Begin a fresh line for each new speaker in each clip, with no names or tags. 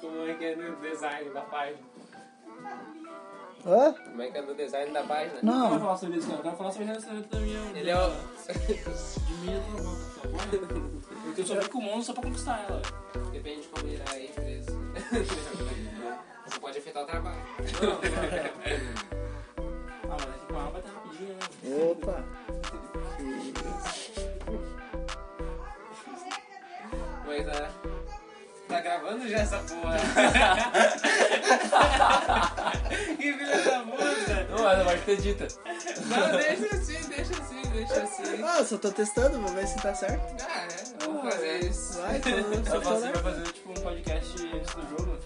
é
design da página.
Hã?
Como é que é do design da página?
Eu quero
Não.
falar sobre isso, cara. Eu quero falar sobre o relacionamento da minha.
Ele é o.
De mim, eu não vou, tá bom? Porque eu só vi com o mundo só pra conquistar ela.
Depende de como irá a empresa. Isso pode afetar o trabalho.
Ah, mas aqui com a arma tá rapidinho, né?
Opa.
Mas ah, Tá gravando já essa porra? que filha da puta!
Não, mas pode ter dita.
Não, deixa assim, deixa assim, deixa assim.
Ah, eu só tô testando, vou ver se tá certo.
Ah, é, vamos fazer isso.
Vai, tô,
Ela
só
falou assim,
falar.
vai fazer tipo um podcast antes do jogo.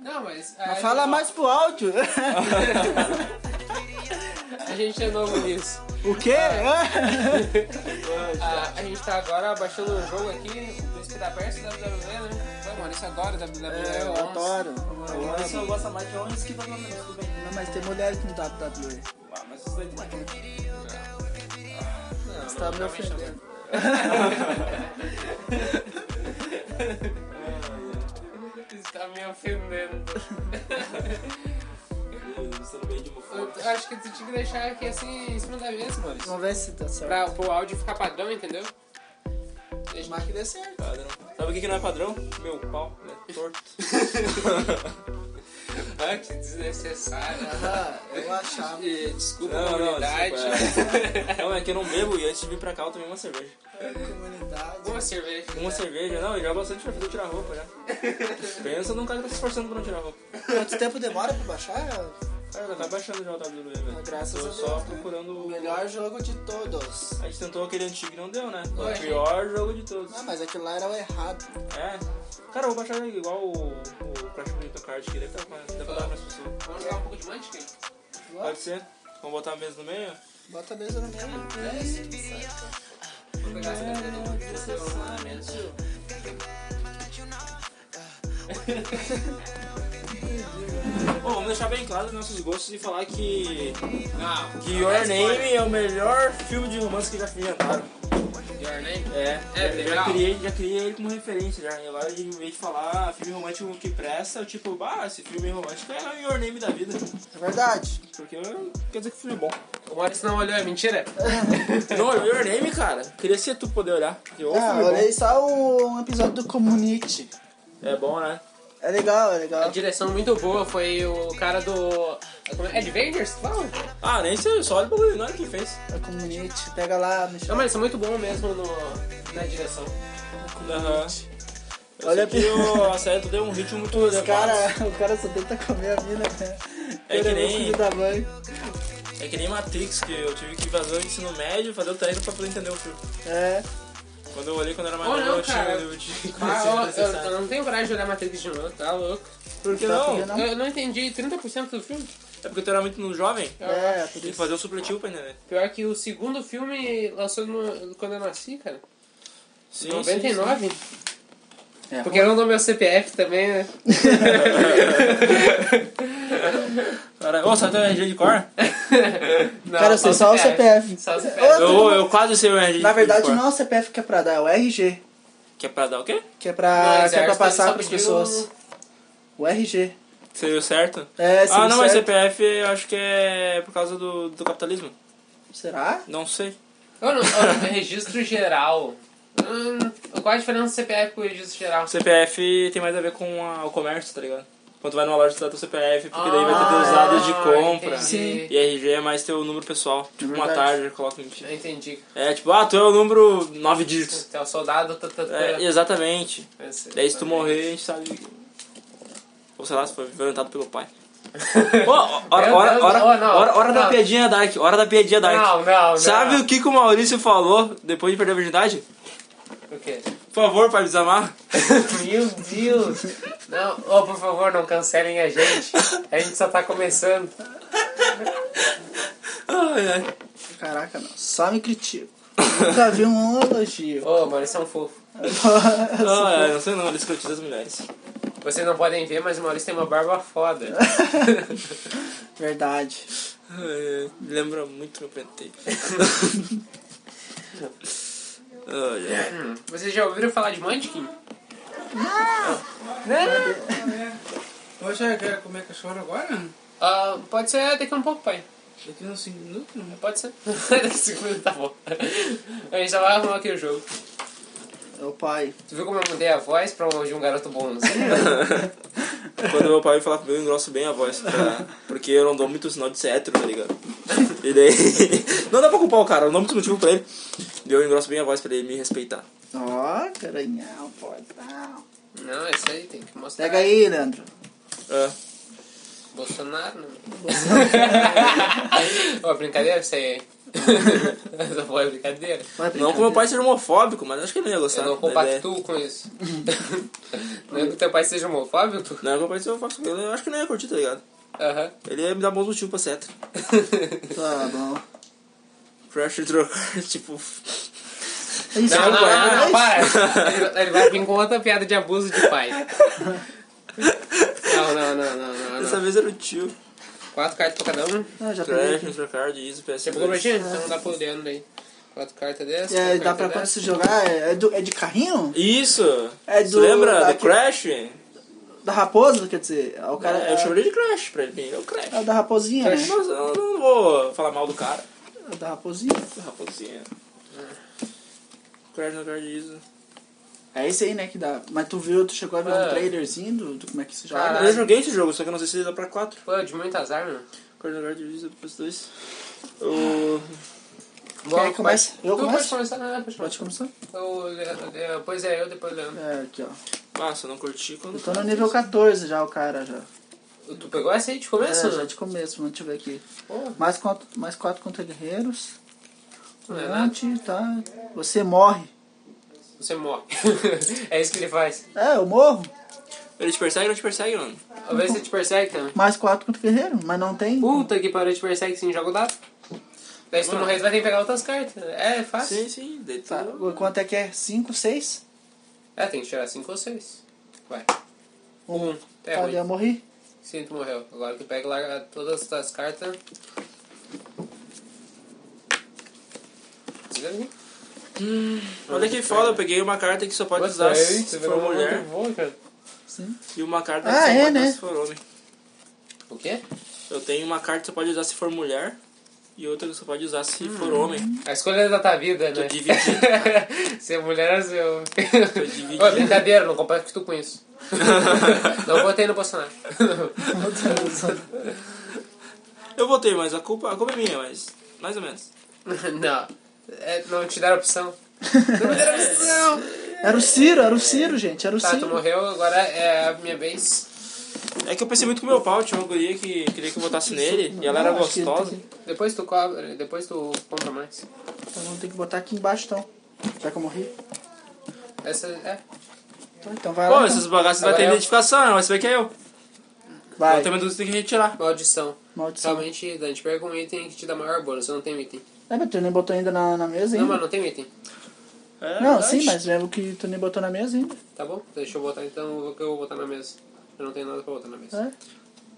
Não, mas.
Ah,
ah,
Fala
gente-
mais pro áudio.
A gente é novo nisso.
o quê?
É,
Ah, a gente tá agora baixando um jogo tá aqui do Speed Persa WWE, né? Ué, mano, isso adora WWE.
É, eu
nossa.
adoro.
Agora só gosta mais de homens que tá falando isso, tudo bem.
Não, tá mas tem mulheres no WWE.
Ah, mas isso daí tem que
Não,
Você tá me
não, realmente
ofendendo.
não. Isso tá me ofendendo.
Você não veio de homofobia.
Eu acho que tu tinha que deixar aqui assim em cima da mesa, mano.
Vamos ver se tá certo.
Pra pro áudio ficar padrão, entendeu? Deixa
Mas que dê certo.
Padrão. Sabe o que que não é padrão? Meu pau é torto.
Ah, que desnecessário.
Ah, eu achava.
Eh, Desculpa a
Não, não,
comunidade.
desculpa, é. Não, é que eu não bebo e antes de vir pra cá eu tomei uma cerveja.
Comunidade.
Uma cerveja.
Uma cerveja, não, e já é bastante pra fazer tirar roupa já. Pensa num cara que tá se esforçando pra não tirar roupa.
Quanto tempo demora pra baixar?
Cara, tá baixando já o WWE, velho.
Ah, graças
Tô
a Deus,
só
né?
procurando
O melhor jogo de todos.
A gente tentou aquele antigo e não deu, né? Foi
Oi,
o pior jogo de todos.
Ah, mas aquilo lá era o errado.
É. Cara, eu vou baixar igual o, o Crash Bandicoot Card, que deve tá, dá pra dar pras pessoas.
Vamos jogar um pouco de Mantic?
Pode ser? Vamos botar a mesa no meio?
Bota a mesa no mesmo.
Vou pegar essa cadeira do vídeo.
Bom, vamos deixar bem claro os nossos gostos e falar que.
Não.
Que Your Name é o melhor filme de romance que já inventaram.
Your Name?
É,
É,
eu já
legal.
criei, já criei ele como referência já. E agora em vez de falar filme romântico que presta, eu tipo, ah, esse filme romântico é o Your Name da vida.
É verdade.
Porque eu- quer dizer que o filme é bom.
O Morris não olhou, é mentira?
Não, é o Your Name, cara. Queria ser tu poder olhar. Eu,
Ah, olhei só o- um episódio do Community.
É bom, né?
É legal, é
A
legal.
direção muito boa foi o cara do. como é? Adventures? Fala.
Ah, nem sei, só olha o bagulho, não olha quem fez.
É Community. Pega lá, Michel.
Não, mas eles são muito bons mesmo no, na direção.
Aham. Eu
Olha
olha que o, a série tu deu um ritmo muito
Os
elevado.
cara, o cara só tenta comer a mina, né?
É que
Ele
nem-
filho da mãe.
É que nem Matrix, que eu tive que fazer o ensino médio, fazer o treino pra poder entender o filme.
É.
Quando eu olhei quando eu era mais
Oh,
novo,
não,
eu tinha um
cara.
eu tinha
Ah,
conhecido
eu,
essa
eu-
série.
eu não tenho coragem de olhar Matrix de novo, tá louco?
Por que
Tá
não?
pegando- Não.
Eu não entendi 30% do filme.
É porque tu era muito jovem.
É, por
Tem que
isso.
fazer o supletivo pra entender.
Pior que o segundo filme lançou no- quando eu nasci, cara.
Sim,
99?
É.
Porque era o meu CPF também, né?
Cara, ô, sabe teu RG de cor?
É
Não,
Cara, eu sei só o CPF.
Só o CPF.
Ô,
Eu, eu quase sei o RG de
Na verdade,
cor.
não é o CPF que é pra dar, é o RG.
Que é pra dar o quê?
Que é
No
pra, que é pra
exército, eles
passar
só
pras
pediram-
pessoas. O RG.
Seria o certo?
É, se
ah, não, mas
serve-
CPF eu acho que é por causa do, do capitalismo.
Será?
Não sei.
Eu não, eu não- é registro geral. Hum, qual a diferença do CPF pro registro geral?
O CPF tem mais a ver com a- o comércio, tá ligado? Quando tu vai numa loja, tu dá teu CPF, porque daí vai ter teus
Ah,
dados de compra.
entendi. É
Sim.
E RG é mais teu número pessoal. Tipo, uma
Verdade.
tarde coloca em ti.
Eu entendi.
É tipo, ah, tu é o número 9 dígitos.
Você é o soldado. Tá, tá, tá.
É, exatamente.
Esse-
Daí se tu morrer, a gente sabe. Ou sei lá, se foi violentado pelo pai. Ô, hora,
Meu
hora,
Deus, oh,
hora,
não, não,
hora, hora da
não.
piadinha dark, hora da piadinha dark.
Não, não, não.
Sabe o que, que o Maurício falou depois de perder a virgindade?
O quê?
Por favor, pai, desamar.
Meu Deus! Não, oh, por favor, não cancelem a gente. A gente só tá começando.
Ai, ai.
Caraca, não. Só me critico. Nunca vi um elogio.
Ô, oh, mano, isso é um fofo.
Ai, ai, não sei não, ele escrotiza as mulheres.
Vocês não podem ver, mas o Maurício tem uma barba foda.
Verdade.
Ai, ai. Me É, Lembra muito meu penteio. Ai, ai.
Hum, Vocês já ouviram falar de Munchkin? Não!
Poxa, quer comer cachorro agora?
Ah, pode ser daqui a um pouco, pai.
Daqui uns 5 minutos?
Pode ser. daqui a cinco minutos tá bom. A gente já vai arrumar aqui o jogo.
É o pai.
Tu viu como eu mudei a voz pra um, de um garoto bônus?
Quando meu pai fala comigo, eu engrosso bem a voz. pra- Porque eu não dou muito sinal de ser hétero, tá ligado? E daí. Não dá pra culpar o cara, eu não dou muito motivo pra ele. E eu engrosso bem a voz pra ele me respeitar.
Ó, caranhão, portão.
Não, é isso aí tem que mostrar.
Pega aí, Leandro.
É.
Bolsonaro, né? Ó, brincadeira isso aí. Essa foi brincadeira.
Vai
Não que meu pai seja homofóbico, mas acho que ele é- não ia gostar.
Eu não
Tá,
da ideia.
compactuo com isso. não é que teu pai seja homofóbico?
Não, meu pai seja homofóbico, eu acho que não ia curtir, tá ligado?
Aham.
Ele ia me dar bons motivos pra ser hétero.
Tá bom.
Fresh trocar, tipo.
Isso
Não,
é
não, não,
Goiás?
não, para! um Ele- Ele vai vir com outra piada de abuso de pai. Não, não, não, não, Ah, não.
Dessa
não.
vez era o tio.
Quatro cartas pra cada um.
Ah, já peguei.
Crash,
aqui.
Retrocard, Easy, PS2.
Você pegou pra gente? Então dá pro Leandro aí. Quatro cartas dessa.
É,
quatro
dá
cartas
pra quando
dessa.
se jogar? É, é do, é de carrinho?
Isso!
É
Você
do- É.
lembra
da-
do Crash?
Da raposa, quer dizer? Ah, O cara
É.
Cara, eu chamaria de Crash pra ele, é o Crash.
É o da raposinha, né?
Mas eu não vou falar mal do cara.
É o da raposinha.
Da raposinha. Crash no Card Easy.
É esse aí, né, que dá. Mas tu viu, tu chegou a ver
É.
um trailerzinho do, do como é que se joga?
Caralho.
Eu joguei esse jogo, só que eu não sei se ele dá pra 4.
Pô, de muito azar, meu.
Crash no Card Easy, PS2. O...
Bom,
aí começa?
pode-
Eu
tu
começo?
pode começar, né? Pode
Pode
começar.
começar?
Eu, Leandro, Leandro, pois é, eu depois Leandro.
É, aqui, ó.
Nossa, eu não curti quando...
Eu tô no nível 14 já, o cara já.
Tu pegou essa aí de
É,
começo?
já de começo, vamos ver aqui.
Pô,
Mais quatro, mais quatro contra guerreiros.
não é nada.
Durante, tá? Você morre.
Você morre. é isso que ele faz.
É, eu morro.
Ele te persegue ou não te persegue, mano?
Às vezes ele te persegue né? também.
Mais quatro contra guerreiro, mas não tem.
Puta que pariu, te persegue sim, joga o dado. Daí se tu
Mano.
morrer, tu vai ter que pegar outras cartas. É, é fácil.
Sim, sim. Daí tu...
Ah, Tá,
Uhum.
quanto é que é? 5, 6?
É, tem que tirar 5 ou 6. Vai. 1. Um. É
Tá,
ruim.
eu morri.
Sim, tu morreu. Agora tu pega e larga todas as tuas cartas. Você viu?
Olha que foda, eu peguei uma carta que só pode usar
Gostei,
se for mulher.
muito boa, cara.
Sim.
E uma carta
Ah,
que só
é,
pode
né?
usar se for homem.
O quê?
Eu tenho uma carta que só pode usar se for mulher. E outra que só pode usar se
Hum.
for homem.
A escolha da tua vida,
Tô
né?
dividido.
Se é mulher ou se é homem.
dividido.
Ô, brincadeira, não compacto tu com isso. não votei no Bolsonaro.
Eu votei, mas a culpa, a culpa é minha, mas. Mais ou menos.
não. É, não te deram opção. Não me deram opção!
Era o Ciro, era o Ciro, gente. Era o
É. Tá, tu
Ciro.
morreu, agora é a minha vez.
É que eu pensei muito com meu pau, tinha uma guria que queria que eu votasse nele, e ela era
Não, acho que ele tá
gostosa.
tem que-
Depois tu cobra, depois tu compra mais.
Então vamos ter que botar aqui embaixo, então. Já que eu morri.
Essa é.
Então, então vai lá.
Pô,
então.
essas bagaças vai
Agora
ter
eu.
identificação, né? Mas você vai que é eu.
então. Vai,
Eu também tem que retirar.
Maldição.
maldição.
Realmente, Dante, pega um item que te dá maior bônus. Eu não tenho item.
É, mas tu nem botou ainda na, na mesa
Não,
ainda.
mas não tenho item.
É,
Não,
verdade.
sim, mas lembro que tu nem botou na mesa ainda.
Tá bom? Deixa eu botar então o que eu vou botar na mesa. Eu não tenho nada pra botar na mesa.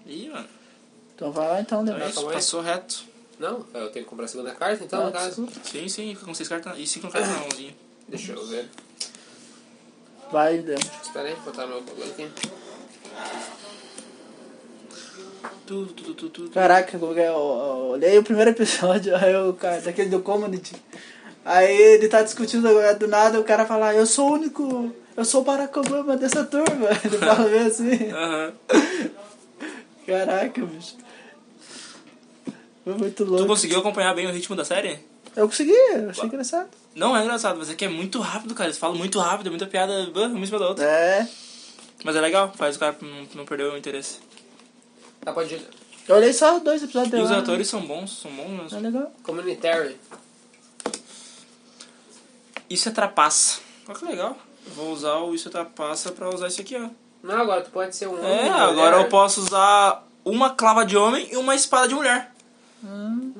É.
Ih, mano.
Então vai lá então,
É
Leandro.
isso, passou reto.
Não? Eu tenho que comprar a segunda carta, então, no
Ah,
caso.
Sim, sim, fica com seis cartas. E cinco cartas na mãozinha.
Deixa eu ver.
Vai, Leandro.
Espera aí, botar meu bagulho aqui.
Tu, tu, tu, tu, tu.
Caraca, eu eu- eu olhei o primeiro episódio, aí o cara, daquele do Community. Aí ele tá discutindo agora, do nada, o cara fala, eu sou o único, eu sou o Barack Obama dessa turma. Ele fala bem assim.
Aham.
Caraca, bicho. Foi muito
Tu
louco.
conseguiu acompanhar bem o ritmo da série?
Eu consegui, eu achei engraçado.
Não é engraçado, mas é que é muito rápido, cara. Eles falam muito rápido, é muita piada, bah, uma em cima da outra.
É.
Mas é legal, faz o cara não, não perder o interesse.
Tá, pode.
Eu olhei só dois episódios
E os
lá.
atores são bons, são bons
É
mesmo.
legal.
Communitary.
Isso é trapaça. Olha que legal. Eu Vou usar o isso é trapaça pra usar isso aqui, ó.
Não, agora tu pode ser um homem.
É,
mulher.
agora eu posso usar uma clava de homem e uma espada de mulher.
Hum,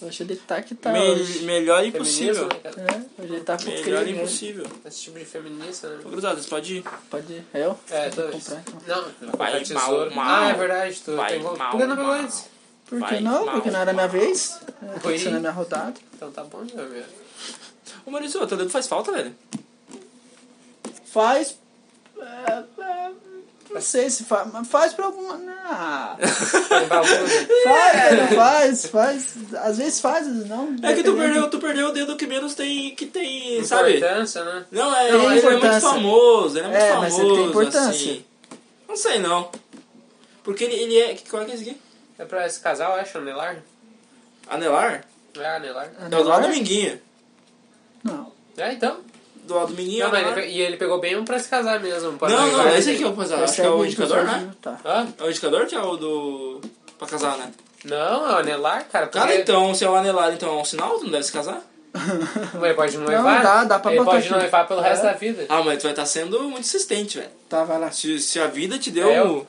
eu achei ele tá que tá
Me-
hoje.
melhor
Feminista,
impossível.
né, cara?
É, hoje ele tá com
Melhor
crime, né?
impossível.
Esse tipo de feminista,
Ô,
né?
Cruzado, vocês podem ir.
Pode ir. É eu?
É,
Vou
dois.
comprar, então.
Não, vai
mal,
comprar tesouro.
mal.
Ah, é verdade, tu
Vai
tem gol.
mal,
Por que não pegou
mal.
antes?
Por que
Vai,
não?
mal,
Porque não era minha
mal.
vez. É,
Foi.
Foi. na minha rodada.
Então tá bom, meu amigo.
Ô, Maurício, teu dedo faz falta, velho.
Faz. é, é, Não sei se faz, mas faz pra alguma. Ah,
Babudo.
faz, não faz, faz. Às vezes faz, às vezes não.
É que tu
Dependendo.
perdeu, tu perdeu o dedo que menos tem. Que tem sabe?
Importância, né?
Não, é,
Tem
ele é muito
importância.
famoso, ele é muito
É, mas
famoso.
ele tem importância.
assim. Não sei não. Porque ele, ele é. que- Qual é que é esse aqui?
É pra esse casal, eu acho, Anelar?
Anelar?
É Anelar.
É o do
Anelar?
lado do Minguinho.
Não.
É, então.
Do lado do Minguinho.
Não, mas
Anelar.
ele, e ele pegou bem um pra se casar mesmo. pode
não,
ser
não,
igual.
esse aqui é o rapaziada. Acho que é
Persegue
o
aí,
indicador,
pessoal,
né?
Tá.
Hã?
É o indicador que é o do. pra casar, né?
Não, é o Anelar, cara.
Cara,
porque-
então, se é o anelar, então é um sinal, tu não deve se casar?
Ele pode não
Não,
noivar.
dá- dá pra
Ele
botar
pode
aqui.
noivar pelo resto
É.
da vida.
Ah, mas tu vai estar sendo muito insistente, velho.
Tá, vai lá.
Se, se a vida te deu.
É, eu-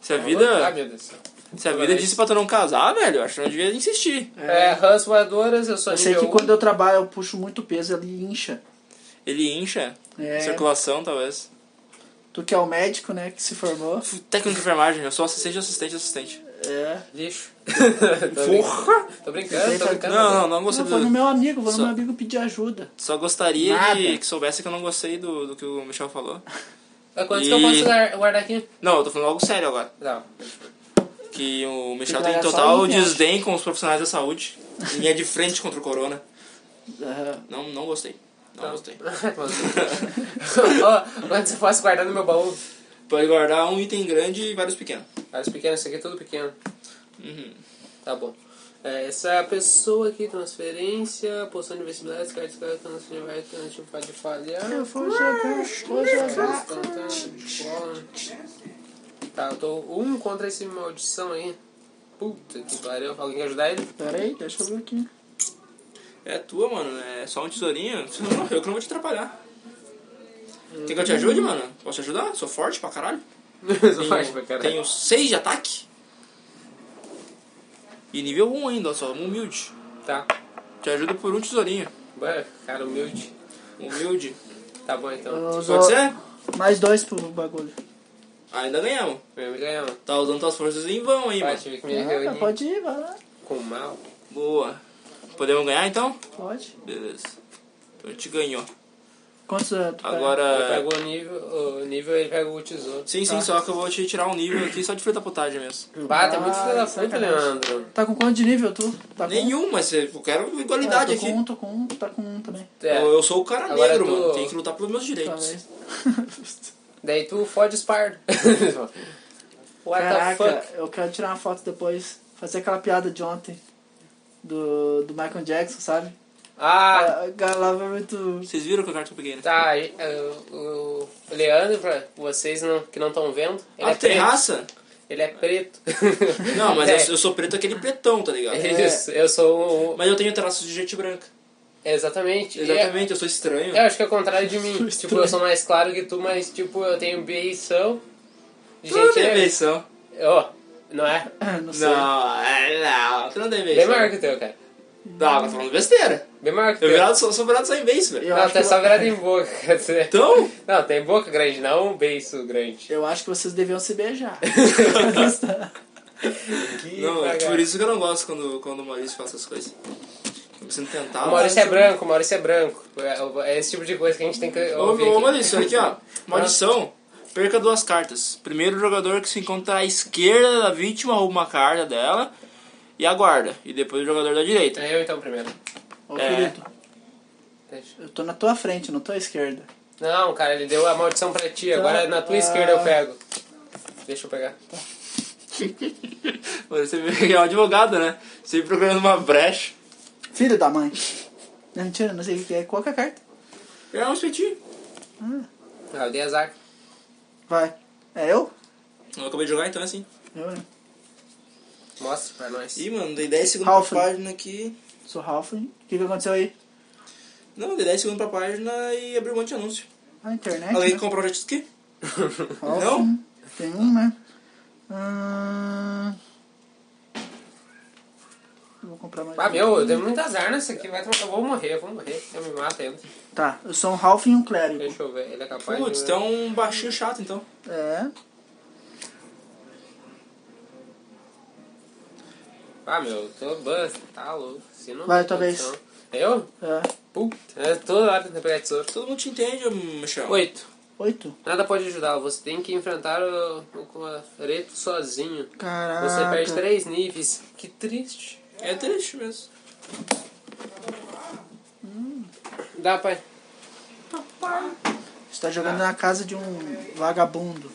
Se a
Ah,
vida.
meu Deus do céu.
Se a vida disse pra tu não casar, velho, eu acho que não devia insistir.
É, rãs voadoras, eu sou
Eu sei
nível
que
um.
quando eu trabalho eu puxo muito peso, ele incha.
Ele incha.
É.
Circulação, talvez.
Tu que é o médico, né, que se formou.
F- Técnico de enfermagem, eu sou assistente, assistente, assistente.
É.
um, Lixo. tô, brin- tô brincando, tô brincando.
Não, não, não gostei
Não, vou no
do...
meu amigo, vou no
Só-
meu amigo pedir ajuda.
Só gostaria
Nada.
de que soubesse que eu não gostei do, do que o Michel falou.
Ah, Quantos que eu posso dar- guardar aqui?
Não, eu tô falando algo sério agora.
Não.
Que o Michel tem
Declarar
total
saúde, eu acho.
desdém com os profissionais da saúde. Linha de frente contra o corona.
Aham.
Não, não gostei. Não gostei.
Ó, quantos eu posso guardar no meu baú?
Pode guardar um item grande e vários pequenos.
Vários pequenos, isso aqui é tudo pequeno.
Uhum.
Tá bom. É, essa pessoa aqui, transferência, poção de investibilidade, cartas que ela não vai tipo, de falhar.
Eu vou jogar, vou jogar.
Tá, eu tô um contra esse maldição aí. Puta que pariu, alguém quer ajudar ele?
Pera aí, deixa eu ver aqui.
É tua, mano. É só um tesourinho. Você não morreu que eu não vou te atrapalhar. Quer que eu te ajude, mano? Posso te ajudar? Sou forte pra caralho.
Tenho,
Tenho, tenho 6 de ataque. E nível 1 ainda, ó, só um humilde.
Tá,
Te ajuda por um tesourinho.
Ué, cara humilde.
Humilde.
Tá bom então.
Eu
Pode
dou
ser? Ah,
Mais dois pro bagulho.
Ainda ganhamos.
Meu me ganhou.
Tá usando tuas forças em vão aí,
Vai,
mano.
tive que me
Ah,
reunir
pode ir, vai lá.
com o mal.
Boa. Podemos ganhar então?
Pode.
Beleza. Então a gente ganhou.
Quantos é? tu pega?
Ele
Agora.
pegou o nível, o nível ele pega o tesouro.
Sim, sim, só que eu vou te tirar um nível aqui só de fruta potagem mesmo.
Bata, é muito filho da
Ah,
puta,
sacanagem.
Leandro.
Tá com quanto de nível tu? Tá com um?
Nenhum, mas eu quero
Ah,
igualdade
tô
aqui.
com um, tô com um, tá com um também.
É,
Eu eu sou o cara
Agora
negro,
tu-
mano. Tem que lutar pelos meus direitos.
Talvez.
daí tu fode os pardos. What the
Caraca,
fuck?
eu quero tirar uma foto depois, fazer aquela piada de ontem. Do, do Michael Jackson, sabe?
Ah,
A galava muito.
Vocês viram que carta que eu peguei, né?
Tá, e, eh, o o Leandro, pra vocês não, que não estão vendo, ele
A
é preto.
terraça?
Ele é preto.
Ah, Não, mas
É,
eu, eu sou preto aquele pretão, tá ligado?
é Isso, eu sou o.
Mas eu tenho traços de gente branca.
Exatamente. E
Exatamente, eu sou estranho.
É, eu acho que é o contrário de mim.
Sou
tipo, eu sou mais claro que tu, mas tipo, eu tenho beição. de
Tu não
Gente,
tem
é...
feição.
Ó, não é?
Não sei.
Não, é, não, tu não tem
Bem
feição.
maior que o teu, cara.
Não, mas tô falando besteira.
Bem maior que o
Eu
teu.
virado, sou, sou virado só em base, velho.
Eu
Não,
acho
tu é
que-
só virado em boca. cara. Tu é-
Então,
Não, tem boca grande, não um beiço grande.
Eu acho que vocês deviam se beijar.
Que
não, é
cagada.
por isso que eu não gosto quando, quando o Maurício faz essas coisas. Eu me sinto
O
tentado.
Maurício é branco, o Maurício é branco. É, é esse tipo de coisa que a gente tem que
Ô,
ouvir.
ô
aqui.
Maurício, aqui ó. Maldição. Perca duas cartas. Primeiro jogador que se encontra à esquerda da vítima rouba uma carta dela e aguarda. E depois o jogador da direita.
É eu então primeiro.
Ô,
É.
querido,
Deixa.
eu tô na tua frente, não tô à esquerda.
Não, cara, ele deu a maldição pra ti. Agora na tua
Ah.
esquerda eu pego. Deixa eu pegar.
Mano, você vê que é um advogado, né? Sempre procurando uma brecha.
Filho da mãe. Não, mentira, não sei o que que é. Qual que é a carta?
É um espetinho.
Ah, eu dei azar.
Vai. É eu?
Eu acabei de jogar, então é assim.
Eu né?
Mostra pra nós.
Ih, mano, dei 10 segundos
Ralph.
pra página aqui.
sou Ralph. O que, que aconteceu aí?
Não, dei 10 segundos pra página e abri um monte de anúncio.
A
É
internet.
Alguém
né?
comprou o jet ski?
Ralph,
Não?
Tem um, né? Ah, eu Vou comprar mais. um.
Ah, meu, eu dei muito azar nessa aqui. Vai tomar... Eu vou morrer, eu vou morrer. Eu me mato ainda.
Tá, eu sou um Ralph e um clérigo.
Deixa eu ver. Ele é capaz
Putz,
de...
tem um baixinho chato então.
É.
Ah, meu, eu tô bust. Tá louco. Se não
Vai,
tem
tua vez.
condição. Eu?
é.
Puta. Eu tô lá tentando pegar tesouro.
Todo mundo te entende, Michel.
Oito.
Oito?
Nada pode ajudar, você tem que enfrentar o, o Coreto sozinho.
Caraca.
Você perde três níveis. Que triste.
É triste mesmo.
Dá, pai.
Você tá jogando
Ah.
na casa de um vagabundo.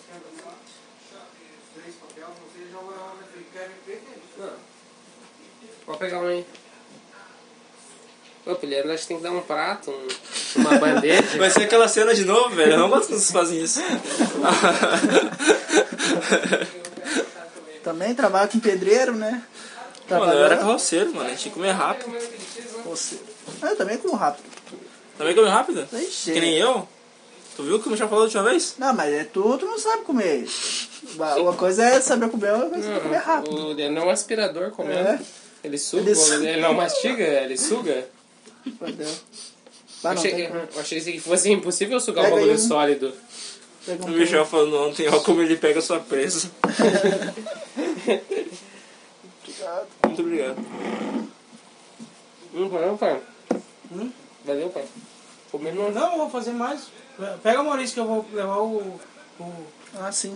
Pode pegar um aí. Ô, Pilheiro, acho que tem que dar um prato, um- uma bandeja.
Vai ser aquela cena de novo, velho. Eu não gosto quando vocês fazem isso.
Também trabalha com pedreiro, né?
mano, eu era
Trabalhava.
carroceiro, mano. A gente comia rápido.
Você... Ah, eu também como rápido.
Também comia rápido?
Tem
Que nem
jeito.
eu. Tu viu o que o Michel falou da última vez?
Não, mas é tu, tu não sabe comer. Ba- Uma coisa é saber comer, outra coisa é comer rápido.
O- Ele não é um aspirador comendo.
É.
Ele suga,
Ele
ele,
suga.
não mastiga, ele suga.
Fodeu.
Eu
Mas Ah, não,
achei,
tem como.
eu achei que fosse impossível sugar um
Pega aí
bagulho
um.
sólido.
Pega
O
um pouco.
Michel falando ontem, ó, como ele pega sua presa.
Obrigado.
Muito obrigado.
Hum, valeu, pai.
Hum?
Valeu, pai. Comer não
Não, eu vou fazer mais. Pega o Maurício que eu vou levar o. o,
Ah, sim.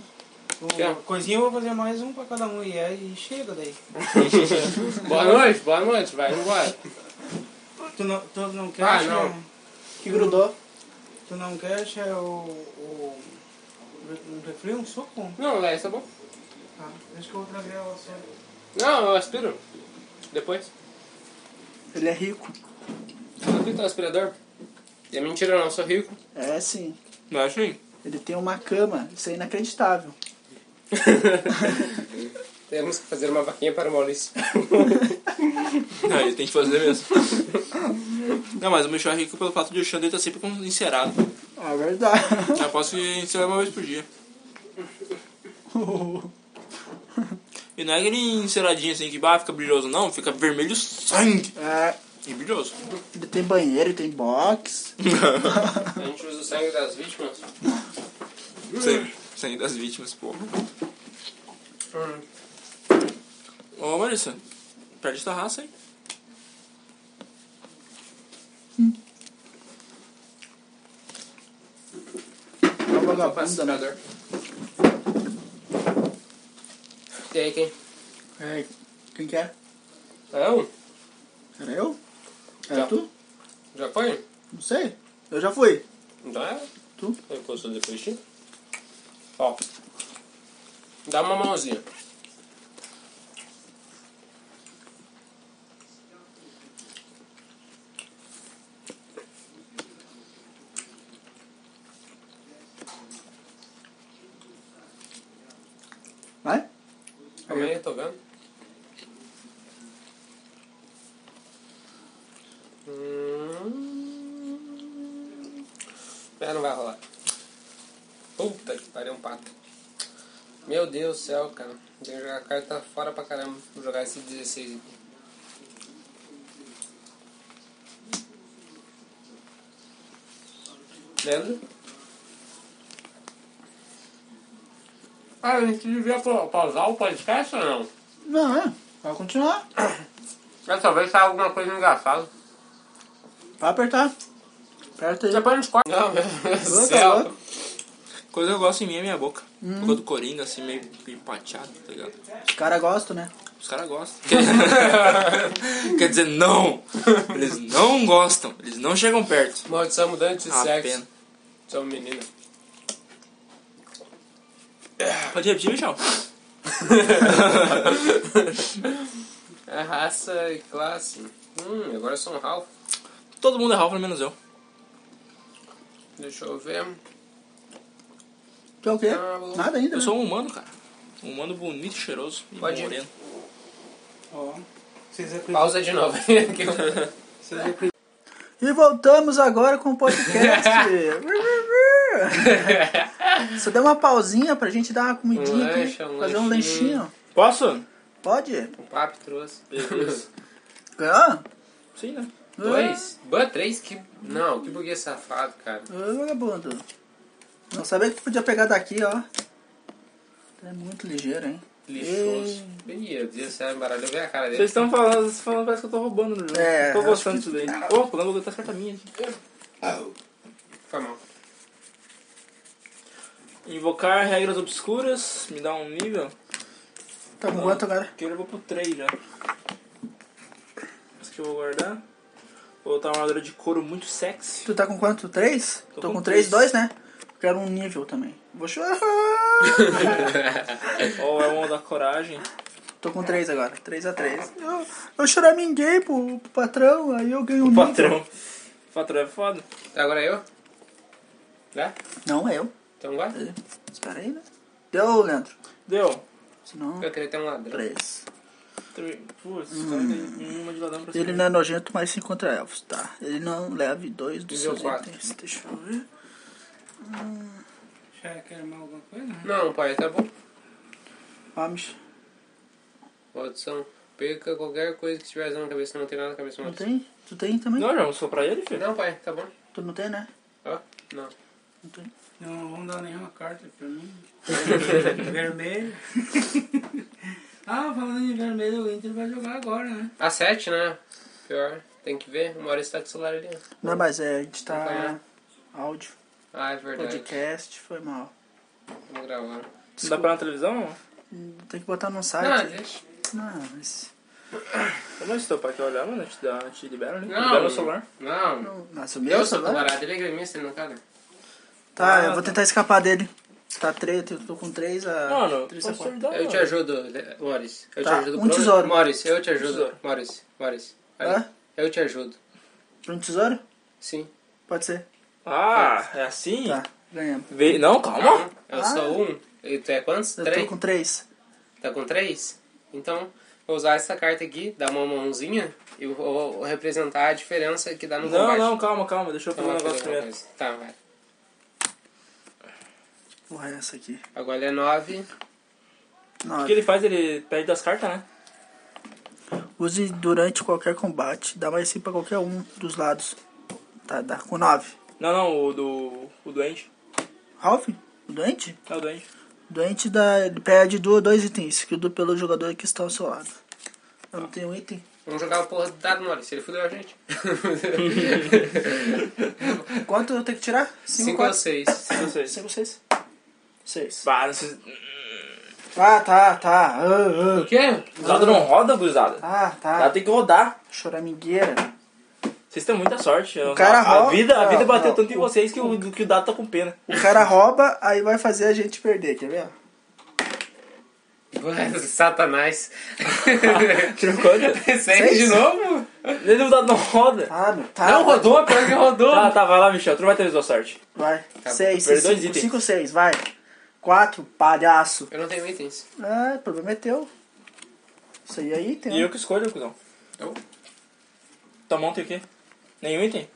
Quer?
o coisinho, eu vou fazer mais um pra cada um. E aí chega daí.
Boa noite, boa noite, vai embora.
Tu não, tu não quer.
Ah,
che-
não.
Que grudou.
Tu não quer che- o. o um refri, um suco?
Não, é, tá bom.
Tá, deixa que eu vou trazer ela só.
Não, eu aspiro. Depois.
Ele é rico.
Eu tenho um aspirador. E é mentira, eu não sou rico.
É, sim.
Não acho ruim.
Ele tem uma cama. Isso é inacreditável.
Temos que fazer uma vaquinha para o Maurício.
Não, ele tem que fazer mesmo. Não, mas o Michel é rico pelo fato de o chão dele tá sempre com encerado.
É verdade.
Eu posso encerar uma vez por dia. E não é aquele enceradinho assim que bah, fica brilhoso, não. Fica vermelho sangue
É,
e brilhoso.
ele tem banheiro, tem box.
A gente usa o sangue das vítimas.
sangue, sangue das vítimas, porra. Ô, Marissa, perde essa raça, hein?
Eu
É uma
faço
vagabunda, né?
aspirador. E aí, quem? um?
É, quem que é?
Não?
Era eu? Era
Não.
tu?
Já foi?
Não sei. Eu já fui.
Então é.
Tu?
Eu posso depois de ti. Ó. Dá uma mãozinha.
Vai?
Calma aí, eu tô vendo. Hum. É, não vai rolar. Puta que pariu, um pato. Meu Deus do céu, cara. Tem que jogar carta fora pra caramba. Vou jogar esse 16 aqui. Leandro? Ah, a gente devia pa- pausar o podcast ou não?
Não, é. Vai continuar.
Dessa vez sai alguma coisa engraçada.
Vai apertar. Aperta aí.
Depois a gente corta. Não, meu Deus do
Tá
céu.
louco?
Coisa que eu gosto em mim é minha boca. Boca do Coringa, assim, meio empateado, tá ligado?
Os caras gostam, né?
Os caras gostam. Quer dizer, não! Eles não gostam, eles não chegam perto.
Maldição mudante de
Ah,
sexo.
pena.
Sou um menina.
Pode repetir, Michel?
É raça e classe. Hum, agora eu sou um Ralph.
Todo mundo é Ralph, menos eu.
Deixa eu ver.
Tu é o quê?
Ah, bom.
Nada ainda.
Eu
né?
sou um humano, cara. Um humano bonito, cheiroso e
Pode ir.
moreno.
Ó. Vocês acreditam?
Pausa de novo. Que eu-
Vocês acreditam?
E voltamos agora com o podcast. Só deu uma pausinha pra gente dar uma comidinha
Um
aqui.
lanche, um
fazer um
lanchinho.
lanchinho.
Posso?
Pode?
o papo trouxe.
Ah,
Sim, né?
Dois? Bã, três? Que... Não, que burguês safado, cara.
Ô, vagabundo. Não sabia que tu podia pegar daqui, ó. É muito ligeiro, hein?
Lixoso. Meu Deus do céu, embaralhou bem a cara dele.
Vocês estão falando, vocês falando, parece que eu tô roubando no jogo.
É,
tô
acho
gostando disso daí. Ô, pulando, tá certa minha.
Foi mal.
Invocar regras obscuras, me dá um nível.
Tá com quanto agora?
Que eu já vou pro 3 já. Esse aqui eu vou guardar. Vou botar uma armadura de couro muito sexy.
Tu tá com quanto? Três?
Tô
Tô,
com
com
três.
três, dois, né? Quero um nível também. Vou chorar.
Ó, é uma da coragem.
Tô com três agora. Três a três. Eu, eu choraminguei pro, pro patrão, aí eu ganho um
O
nível.
patrão. O patrão é foda.
Agora eu? Já?
Não, é eu.
Então vai?
Espera aí, né? Deu, Leandro?
Deu.
Senão...
Eu queria ter um ladrão.
Três.
Tre- Putz, o cara tem uma de ladrão pra
Ele
cima.
não é nojento, mas se encontra elfos, tá? Ele não leve dois dos
Nível
seus
quatro.
itens. Deixa eu ver.
Já quer mais alguma coisa?
Não, pai, tá bom.
Vamos.
Maldição. Perca qualquer coisa que estiver usando na cabeça. Não tem nada na cabeça.
Não
Maldição.
tem? Tu tem também?
Não, já almoçou pra ele, filho?
Não, pai, tá bom.
Tu não tem, né?
Ó, não.
Não tem.
Não, não vão dar nenhuma carta pra mim. vermelho. ah, falando em vermelho, o Inter vai jogar agora, né?
A 7, né? Pior. Tem que ver. Uma hora está de celular ali. ó.
Não, mas é, a gente
Não tem,
tá.
né?
Áudio,
Ah, é verdade.
podcast, foi mal. é?
Vamos gravar.
Não dá pra ir na televisão?
Hum, Tem que botar num
Ah,
site.
deixa.
Não,
é-
mas.
Eu não se teu pai quer olhar, mano, te, dá, te libera, né?
Não.
Libera o celular.
Não.
Não, nossa, o
Eu
meu
sou
celular?
camarada. Ele é gremista, ele não caga.
Tá, eu vou tentar escapar dele. Tá três, eu tô com três a.
Mano,
é três a
posso te
quatro.
ajudar,
Eu te
mano.
ajudo, Le- Morris. Eu te
Então Tá,
ajudo.
um
Bruno.
tesouro. Um
Morris, eu te ajudo.
Tesouro.
Morris, Morris. Olha,
Hã?
Eu te ajudo.
Pra um tesouro?
Sim.
Pode ser.
Ah, é assim?
Tá, ganhamos.
Vê- Não, calma.
Eu
Ah.
sou um. E tu é quantos?
Eu
Três?
tô com três.
Tá com três? Então, vou usar essa carta aqui, dar uma mãozinha e eu vou representar a diferença que dá no
Não,
combate.
não, calma, calma. Deixa eu
Então,
pegar um
vai
negócio
fazer uma
primeiro.
coisa. Tá, vai.
Porra, é essa aqui.
Agora é nove.
O que
Nove.
ele faz? Ele perde das cartas, né?
Use durante qualquer combate. Dá mais cinco pra qualquer um dos lados. Tá, dá com nove.
Não, não, o do. O doente.
Ralph? O doente?
É o doente.
O doente dá, ele perde do- dois itens, que do pelo jogador que está ao seu lado. Eu não tenho item.
Vamos jogar o porra do dado, Morris. Ele fudeu a gente.
Quanto eu tenho que tirar?
Cinco ou seis.
Não sei.
Cinco, seis? Seis.
Bah, não sei-
Ah, tá, tá. Ah,
O quê?
Guzada não roda, gurizada.
ah.
Ela
Ah, tá.
tem que rodar.
Choramingueira.
Vocês têm muita sorte. O
cara
a,
roda-
vida, a vida bateu
Ah,
tanto em
o-
vocês que o, que o dado tá com pena.
O cara rouba, aí vai fazer a gente perder, quer ver?
Ué, Satanás.
Tirou quanto?
Seis de novo?
Ele o dado não roda.
Ah, meu. Tá.
Não, rodou, pior que rodou.
Tá, tá, vai lá, Michel. Tu não vai ter a sua sorte.
Vai.
Tá,
seis,
perdeu
seis,
dois
cinco,
itens.
cinco, seis, vai. Quatro, palhaço.
Eu não tenho itens.
Ah, o problema é teu. Isso aí é item.
E
né?
eu que escolho, cuzão.
Eu?
Tua mão tem o quê? Nenhum item?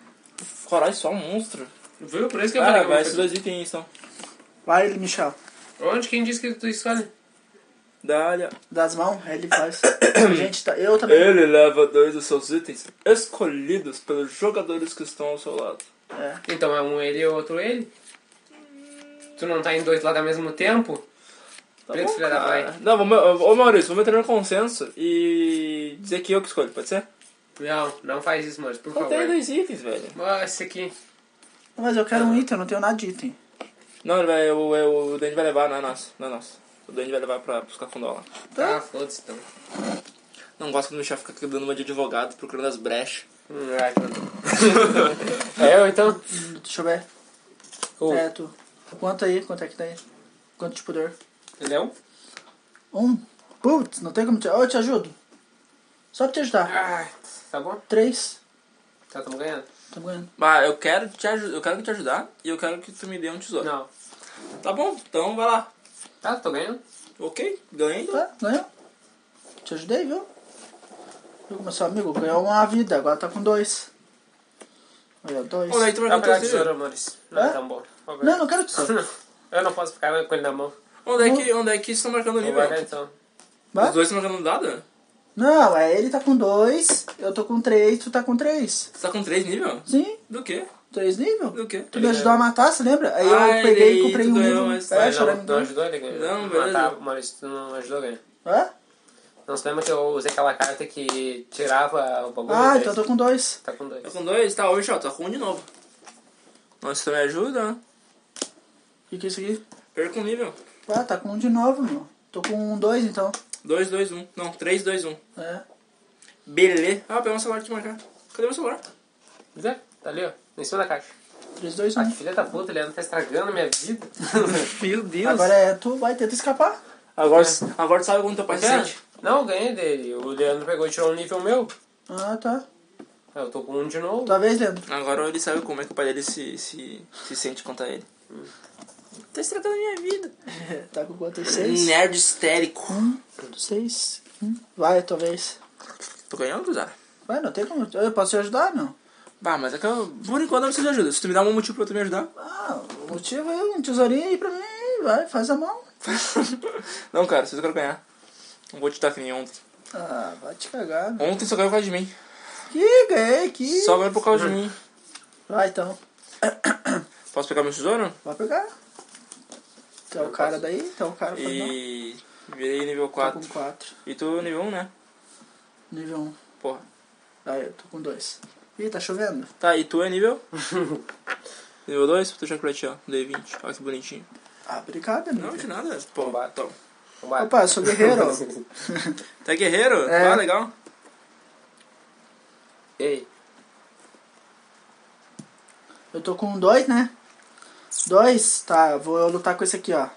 Coragem, só um monstro.
Viu? Por isso que eu
Ah,
falei.
vai,
que
esses
eu vou
dois itens então. aí estão.
Vai, ele, Michel.
fazer. Onde? Quem disse que tu escolhe?
Dália.
Das mãos, ele faz. gente, tá, eu também.
Ele leva dois dos seus itens escolhidos pelos jogadores que estão ao seu lado.
É.
Então é um ele e o outro ele? Tu não tá em dois lados ao mesmo tempo?
Tá
Preto,
bom,
filha da
cara.
mãe.
Não, vamos, ô Maurício, vamos entrar no consenso e dizer que eu que escolho, pode ser?
Não, não faz isso, Maurício, por
Só tem
favor.
dois itens, velho.
Ah, esse aqui.
Mas eu quero um item, eu não tenho nada de item.
Não, ele vai, o, é, o Dende vai levar, não é nosso, não é nosso. O Dende vai levar pra buscar fundó lá.
Tá, foda-se então.
Não gosto quando o Michel fica dando uma de advogado, procurando as brechas.
Hum, vai, então. é eu então?
Deixa eu ver.
Oh,
É, tu. Quanto aí? Quanto é que tá aí? Quanto de poder?
Ele é um?
Um. Putz, não tem como te. Oh, eu te ajudo. Só pra te ajudar.
Ah, tá bom?
Três.
Tá, tamo ganhando?
Tá ganhando.
Mas eu quero te ajudar, eu quero te ajudar e eu quero que tu me dê um tesouro.
Não.
Tá bom, então vai lá.
Tá, tô ganhando?
Ok, ganhei.
Tá, ganhou. Te ajudei, viu? Viu como seu amigo ganhou uma vida, agora tá com dois. Aí, ó, dois.
Ô, Leite, é tu vai
Dá
ganhar
pra
o tesouro.
tesoura, Maurício. Não,
Hã?
tá bom. Vou
Não,
ganhar.
não quero tesouro.
Eu não posso ficar com ele na mão.
Onde é que, onde é que vocês estão marcando o
Vou
nível?
guardar então.
Os
Vai?
dois estão marcando dado?
Não, é ele tá com dois, eu tô com três, tu tá com três.
Você tá com três nível?
Sim,
Do quê?
três nível.
Do quê?
Tu me ajudou a matar, você lembra? Aí
Ah,
eu peguei
ele-
e comprei
tu
um
ganhou,
nível.
mas-
É,
Mas
chorar
não, não ajudou ele a ganhar?
Não,
ah, tá,
beleza.
Maurício, tu não ajudou a ganhar.
Hã?
Não se lembra que eu usei aquela carta que tirava o bagulho?
Ah,
dele?
então eu tô com dois.
Tá com dois.
Tá com dois? Tá, hoje, ó, tá com um de novo. Nossa, tu me ajuda?
O que que é isso aqui?
Perco um nível.
Ah, tá com um de novo, meu. Tô com um dois, então.
2, 2, 1. Não, 3, 2, 1.
É.
Beleza. Ah, pegar meu celular de marcar. Cadê meu celular?
Zé, tá ali, ó. Em cima da caixa.
3, 2, 1.
Ah, que filha da puta, Leandro tá estragando minha vida.
Meu Deus.
Agora
Agora,
é tu, vai, tenta escapar.
agora, agora tu sabe quando teu pai se
Quer?
sente.
Não, eu ganhei dele. O Leandro pegou e tirou um nível meu.
Ah, tá.
Ah, Eu tô com um de novo.
Tua vez, Leandro.
Agora ele sabe como é que o pai dele se, se, se sente contra ele. Tá estragando a minha vida.
tá com quanto? 6?
Hum, Nerd histérico.
6. Né. Hum, Vai, tua vez.
Tô ganhando, cruzada.
Vai, não tem como. Eu posso te ajudar, não?
Bah, mas é que eu, por enquanto eu preciso de ajuda. Se tu me dá um motivo pra tu me ajudar.
Ah, o motivo é um tesourinho aí pra mim. Vai, faz a mão.
não, cara, vocês querem ganhar. Não vou te dar que nem ontem.
Ah, vai te cagar. meu.
Ontem só ganhou por causa de mim.
Que ganhei aqui.
Só ganhou por causa de mim.
Vai, então.
Posso pegar meu tesouro?
Vai pegar. Tu é o cara daí, tu é o cara pra dar.
E virei nível
Tô
4.
com 4.
E tu nível 1, né?
Nível 1.
Porra.
Aí, eu tô com 2. Ih, tá chovendo.
Tá, e tu é nível? nível 2? Tô já pra ti, ó. Dei 20. Olha que bonitinho.
Ah, obrigado,
Não,
amigo.
de nada. Pô,
Combate.
então.
Vambora.
Opa, eu sou guerreiro.
Tá guerreiro?
É.
Ah, legal.
Ei,
eu tô com 2, né? 2, tá, vou lutar com esse aqui, ó.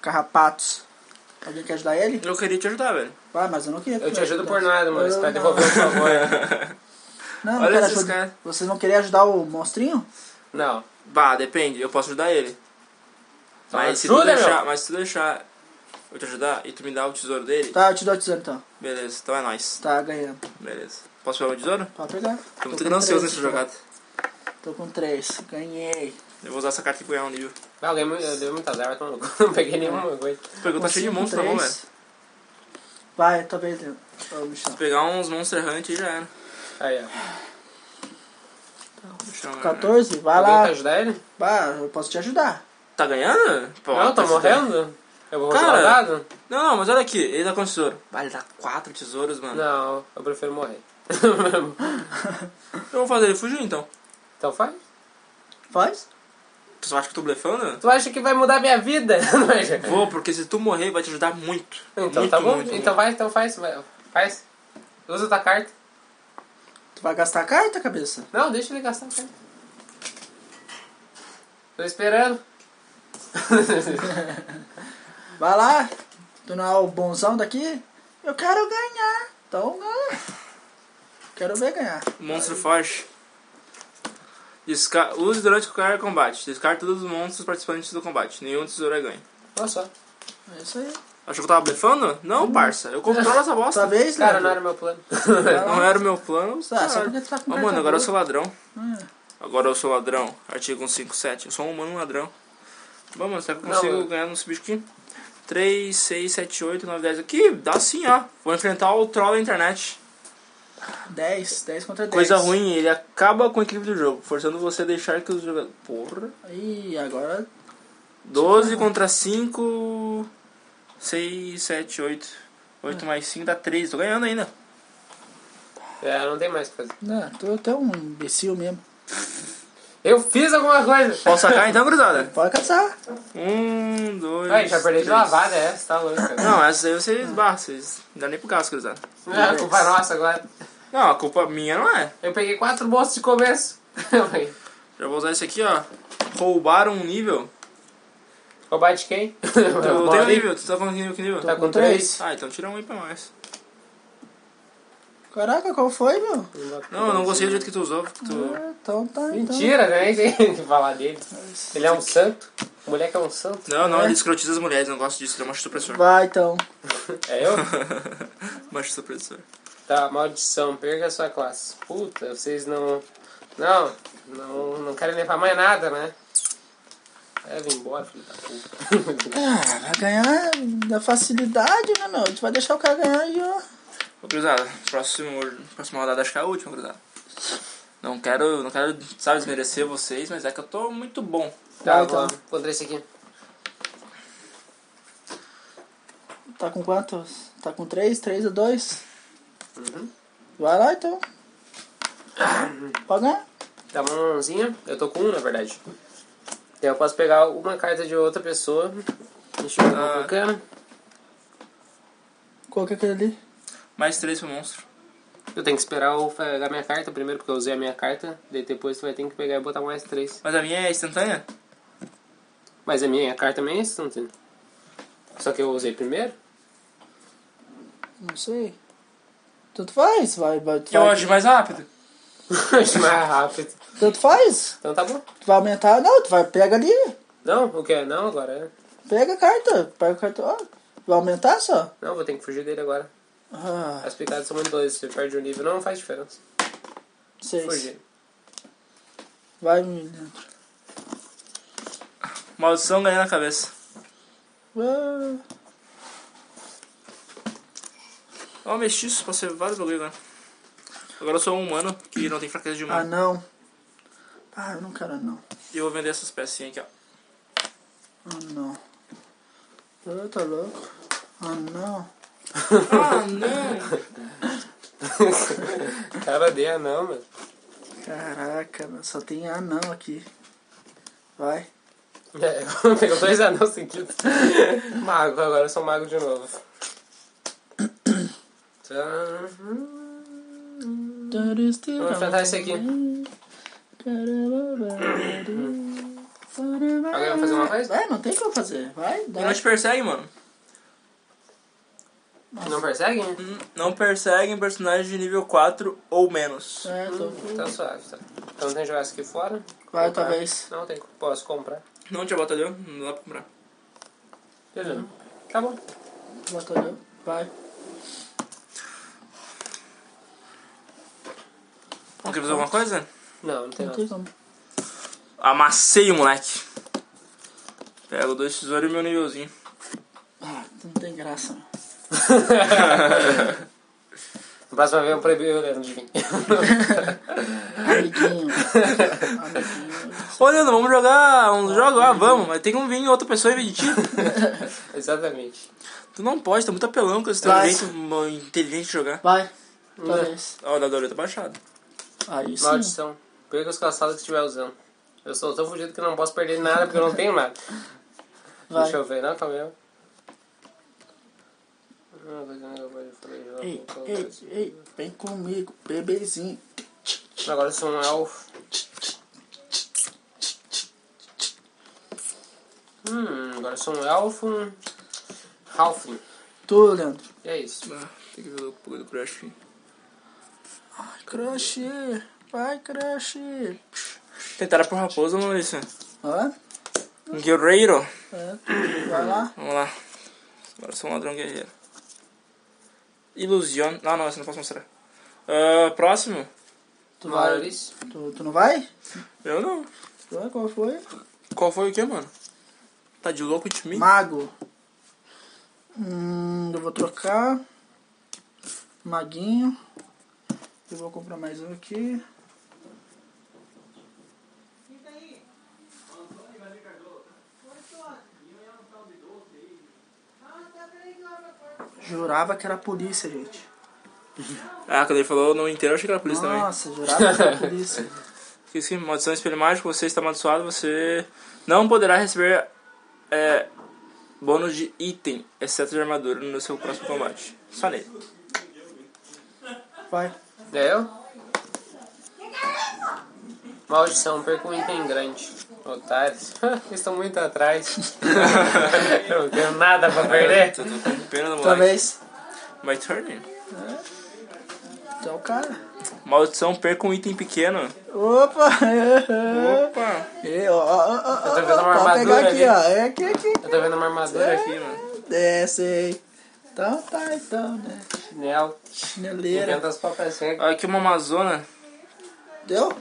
Carrapatos. Alguém quer ajudar ele?
Eu queria te ajudar, velho.
Ah, mas eu não queria.
eu te ajudo por
não.
nada, mano. Você tá vai devolver o favor.
Não, não
Olha
quero
esses
ajuda.
caras.
Vocês não querem ajudar o monstrinho?
Não.
Bah, depende. Eu posso ajudar ele.
Então
Mas se, tu
ajuda,
deixar,
meu.
mas se tu deixar eu te ajudar e tu me dá o tesouro dele,
Tá, eu te dou a tesoura então.
beleza. Então é nóis.
Tá, ganhando.
Beleza. Posso pegar meu tesouro?
Pode pegar.
Tô muito
com
ganancioso
três,
nessa
então.
jogada.
Tô com 3. Ganhei.
Eu vou usar essa carta e ganhar um nível.
Ah, alguém me deu muita azar, vai tomar no cu. Não peguei nenhuma coisa.
Pegou, tá
Com
cheio de
cinco,
monstros na mão, velho.
três.
Se
Vai, talvez. Ô, Michel.
pegar uns Monster Hunt aí já era.
Aí, ó.
Deixa eu-
14, vai
Alguém quer
lá.
ajudar ele?
Bah, eu posso te ajudar.
Tá ganhando? Pô,
não,
tá
tô
se
morrendo? Eu vou
Cara.
rolar o dado?
dando. Não, não, mas olha aqui. Ele dá quantos tesouros? Ah, ele dá quatro tesouros, mano.
Não, eu prefiro morrer.
Eu vou fazer ele fugir, então.
então faz.
Faz?
Tu só acha que eu tô blefando?
Tu acha que vai mudar minha vida? Não é, Jeca?
Vou, porque se tu morrer, vai te ajudar muito.
Então
muito,
tá bom.
muito,
então
muito.
vai, então faz. vai, Faz. Usa tua carta.
Tu vai gastar a carta, cabeça?
Não, deixa ele gastar a carta. Tô esperando.
Vai lá. Tu não é o bonzão daqui? Eu quero ganhar. Então ganha. Quero ver ganhar.
Monstro forte. Desca... Use durante qualquer combate. Descarta todos os monstros participantes do combate. Nenhum tesouro é ganho.
Olha só.
É isso aí.
Achou que eu tava blefando? Não, parça. Eu controlo essa bosta.
Talvez,
Cara,
Leandro.
não era meu plano.
Não era o meu plano.
né? Ah, só
caralho.
porque tu tá com
Ô,
carta
mano, agora eu
boa.
sou ladrão.
Ah,
Agora eu sou ladrão. Artigo 157. Eu sou um humano ladrão. Bom, mano, será que eu
Não,
consigo
eu-
ganhar nesse bicho aqui? 3, 6, 7, 8, 9, 10. Aqui, dá sim, ó. Vou enfrentar o troll da internet.
10, 10 contra 10.
Coisa ruim, ele acaba com o equilíbrio do jogo, forçando você a deixar que os jogadores. Porra.
Ih, agora
12 contra 5. 6, 7, 8. 8 mais 5 dá 3. Tô ganhando ainda.
É, não tem mais o que fazer.
Não, tu até um imbecil mesmo.
Eu fiz alguma coisa.
Posso sacar então, cruzada?
Pode caçar.
1, 2.
Ai, já perdi de Ah. lavada essa, tá louco. cara.
Não, essa aí vocês. Bah, vocês. Não dá nem pro gasto, cruzada.
Não, a culpa é nossa agora.
Não, a culpa minha não é.
Eu peguei quatro bolsas de começo.
Já vou usar esse aqui, ó. Roubaram um nível.
Roubar de quem?
Eu tenho um nível, tu tá com que nível? que nível?
Tá com
Com três.
três.
Ah, então tira um aí pra nós.
Caraca, qual foi, meu?
Não, eu
Tá.
não gostei do jeito que tu usou, porque tu.
Ah, Então tá, então.
Mentira, né? Nem tem o que falar dele. Ele é um santo. O moleque é um santo.
Não, não, ele escrotiza as mulheres, não gosto disso, ele é um macho supressor.
Vai, então.
É eu?
macho supressor.
Tá, maldição, perca a sua classe. Puta, vocês não. Não, não, não querem levar mais nada, né? Leva embora, filho da puta.
Ah, vai ganhar da facilidade, né, meu? Tu vai deixar o cara ganhar aí, ó.
Ô, cruzada, próximo, próxima rodada acho que é a última, cruzada. Não quero, não quero, sabe, desmerecer vocês, mas é que eu tô muito bom.
Tá,
Vai, então.
vamos encontrei esse aqui.
Tá com quantos? Tá com 3, 3 a 2?
Uhum.
Vai lá, então. Pode ganhar.
Dá uma mãozinha. Eu tô com um, na verdade. Então eu posso pegar uma carta de outra pessoa. Deixa eu ver um.
Ah.
qual que eu quero.
Qual que é aquele ali?
Mais três pro monstro.
Eu tenho que esperar eu pegar minha carta primeiro, porque eu usei a minha carta. Daí depois tu vai ter que pegar e botar mais três.
Mas a minha é instantânea?
Mas a minha carta também é instantânea. Só que eu usei primeiro.
Não sei. Tanto faz, vai. vai tu
Que eu
vai-
agi mais rápido.
Acho mais rápido.
Tanto faz.
Então tá bom.
Tu vai aumentar. Não, tu vai, pega ali.
Não, o que? Não, agora. é.
Pega a carta. Pega o cartão. ó. Vai aumentar só?
Não, vou ter que fugir dele agora.
Ah,
As picadas são muito dois. Se perde um nível, não faz diferença.
seis.
Fugir.
Vai, menino.
Maldição ganhei na cabeça.
Ah,
Ó, mestiço, passei vários bagulho agora. Agora eu sou um humano que não tem fraqueza de
ah,
humano.
não. Ah, eu não quero não.
E eu vou vender essas pecinhas aqui, ó.
Ah, não. Ah, tá louco? Ah, não.
Ah, não!
Cara de anão, mano.
Caraca, meu, só tem anão aqui. Vai.
É, pegou dois anãos seguidos. Mago, agora eu sou um mago de novo. Tá. Vou enfrentar esse aqui. Alguém vai fazer uma vez?
Vai, É, não tem como fazer. Vai, dá.
Não te persegue, mano.
Não persegue?
Hum, Não perseguem personagens de nível 4 ou menos.
É, tô...
Tá suave, tá. Então tem jogar isso aqui fora.
Vai, talvez.
Não, tem, posso comprar.
Não te batalhou? Não dá pra comprar.
Beleza. Tá bom.
Batalhão. Vai. Tá
Não quer fazer alguma coisa?
Não, não tem
Não
nada.
tem como.
Amassei o moleque. Pego dois tesouros e meu nívelzinho.
Ah, não tem graça. meu.
Na próxima vez eu proibi o Leandro de vir.
Amiguinho. Amiguinho.
Ô, Leandro, vamos jogar um jogo? Ah, vamos. Mas tem que vir outra pessoa em vez de ti.
Exatamente.
Tu não pode, tá muito apelão com esse teu
Vai.
jeito mo- inteligente de jogar.
Vai. Talvez.
Ó, o dado tá baixado.
Aí sim.
Hum, Maldição. Perca os calçados que estiver usando. Eu sou tão fugido que não posso perder nada porque eu não tenho nada.
Vai.
Deixa eu ver, não, calma aí. Ah, mas eu não vou fazer jogo,
Ei,
então,
ei, ei. Vem comigo, bebezinho.
Agora eu sou um elfo. Hum, agora eu sou um elfo. um Halfling.
Tu, Leandro.
E é isso.
Ah, tem que jogar o pouco do Crash. hein?
Ai, crush. Vai, crush.
Tentaram por raposa, Maurício.
Hã?
Um guerreiro.
É, tu. Vai lá.
Vamos lá. Agora eu sou um ladrão guerreiro. Ilusion. Não, não, esse eu não posso mostrar. Ah, próximo?
Tu vai.
Maurício.
Tu, tu não vai?
Eu não.
Tu vai? Qual foi?
Qual foi o que, mano? Tá de louco de mim?
Mago. Hum, eu vou trocar. Maguinho. Eu vou comprar mais um aqui. Jurava que era a polícia, gente.
Ah, quando ele falou o nome inteiro, eu achei que era a polícia também.
Nossa, jurava que era a polícia.
Esqueci, maldição espelho mágico, você está amaldiçoado, você não poderá receber é, bônus de item, exceto de armadura, no seu próximo combate. Só nele.
Vai.
É eu? Maldição, perco um item grande. Otários. Eles estão muito atrás. eu não tenho nada pra perder.
Tô, tô com pena do moleque.
Talvez.
My turn.
Tu é o cara.
Maldição, perca um item pequeno.
Opa!
Opa!
Ei, ó, ó, ó, ó,
Eu tô vendo uma
ó, pode pegar
armadura ali.
aqui, ó. É aqui, aqui.
Eu tô vendo uma armadura aqui, mano.
É, sei. Então tá, então, né?
um Chinelo.
Chineleira.
Inventa as papecinhas.
Olha aqui uma Amazona.
Deu?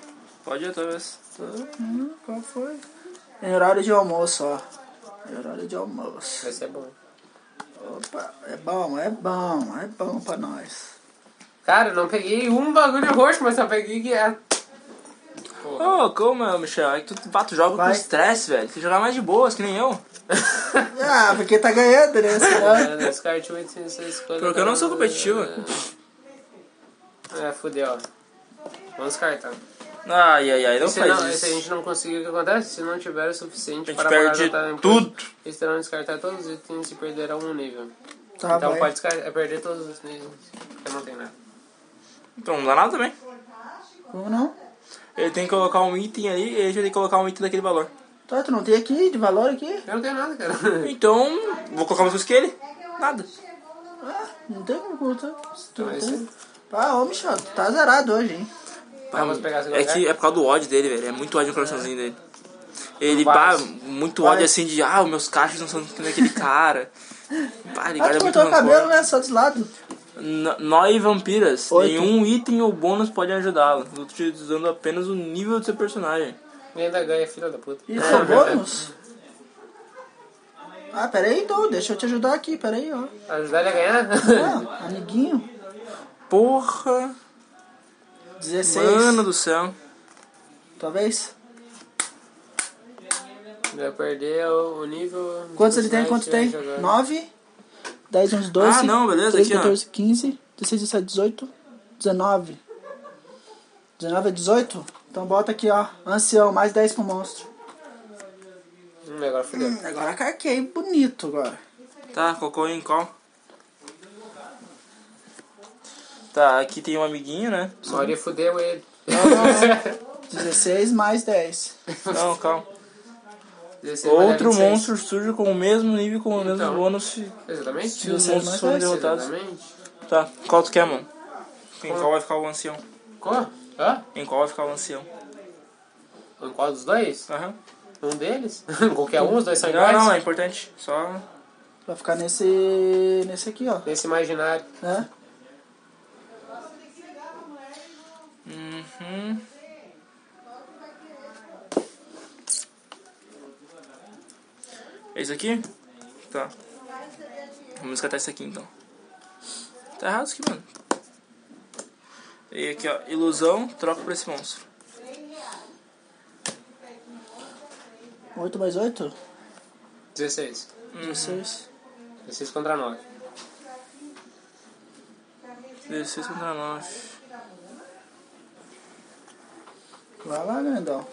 Pode ir, talvez.
Tô. Hum, qual foi? Em horário de almoço, ó. Em horário de almoço.
Vai ser bom.
Opa, é bom, é bom, é bom pra nós.
Cara, eu não peguei um bagulho roxo, mas só peguei que é.
Ô, como é, Michel? É que tu, bah, tu joga
Vai.
com estresse, velho. Tem que jogar mais de boas, que nem eu.
Ah, porque tá ganhando, né?
É,
Senão...
Descarte o item, essas coisas.
Porque eu não sou competitivo.
É, fudeu. Vamos descartar.
Ai, ai, ai, não
se,
faz
não- se a
isso.
gente não conseguir, o que acontece? Se não tiver o suficiente
A gente
para tá pagar
perde
total imposto,
tudo.
Eles terão que descartar todos os itens e perderão um nível.
Tá,
então
vai.
pode descartar, perder todos os níveis, porque não tem nada.
Então não dá nada também.
Como não?
Ele tem que colocar um item ali e a gente tem que colocar um item daquele valor.
Tá, tu não tem aqui de valor aqui?
Eu não tenho nada, cara.
Então, vou colocar mais coisa que ele. Nada.
Ah, não tem como contar. Se tu
Então
não
é
tem.
isso.
Ah, ô Michel, tu tá zerado hoje, hein?
Tá, vamos pegar esse
É
lugar.
que é por causa do ódio dele, velho. É muito ódio no coraçãozinho dele. Ele bah,
Vários.
muito ódio assim de ah, os meus cachos não são que nem aquele cara. Pá, ele
Ah,
cara
tu
é muito
cortou o cabelo,
rancor.
né? Só dos lados.
N- Nós vampiras,
Oito.
nenhum item ou bônus pode ajudá-lo, utilizando apenas o nível do seu personagem.
E ainda ganha, filha da puta.
Isso é bônus? Ah, peraí então, deixa eu te ajudar aqui, peraí, ó.
Ajudar ele a ganhar?
Ah, amiguinho.
Porra,
16.
mano do céu.
Talvez.
Vai perder o, o nível.
Quantos ele
dos
tem?
mais
Quanto
que
tem?
vai jogar.
9, 10, 11, 12.
é, Ah, não, beleza,
13,
aqui, ó.
14, 15, 16, 17, 18, 19. 19 é 18? Então bota aqui, ó. Ancião, mais 10 pro monstro.
Hum, agora fudeu.
Hum, agora carquei bonito agora.
Tá, colocou em qual? Tá, aqui tem um amiguinho, né?
Só ele fudeu ele.
Não, não, não. 16 mais 10.
Não, calma.
Dezesseis vai dar
Outro
26.
monstro surge com o mesmo nível, com o mesmo
Então.
bônus. se-
Exatamente.
Se os
Você
monstros
não
forem
vai ser,
derrotados.
Exatamente.
Tá, qual tu quer, mano? Em qual vai ficar o ancião?
Qual? Hã?
Em qual vai ficar o ancião?
Em qual dos dois?
Aham.
Um deles? Qualquer um, os dois são
Não,
iguais?
não, é importante. Só.
Vai ficar nesse. nesse aqui, ó.
Nesse imaginário.
Né?
Uhum. É isso aqui? Tá. Vamos descartar isso aqui então. Tá errado isso aqui, mano. E aqui, ó. Ilusão, troca por esse monstro.
8 mais 8?
16.
Hum.
16.
16 contra 9.
16 contra 9.
Vai lá, grandão.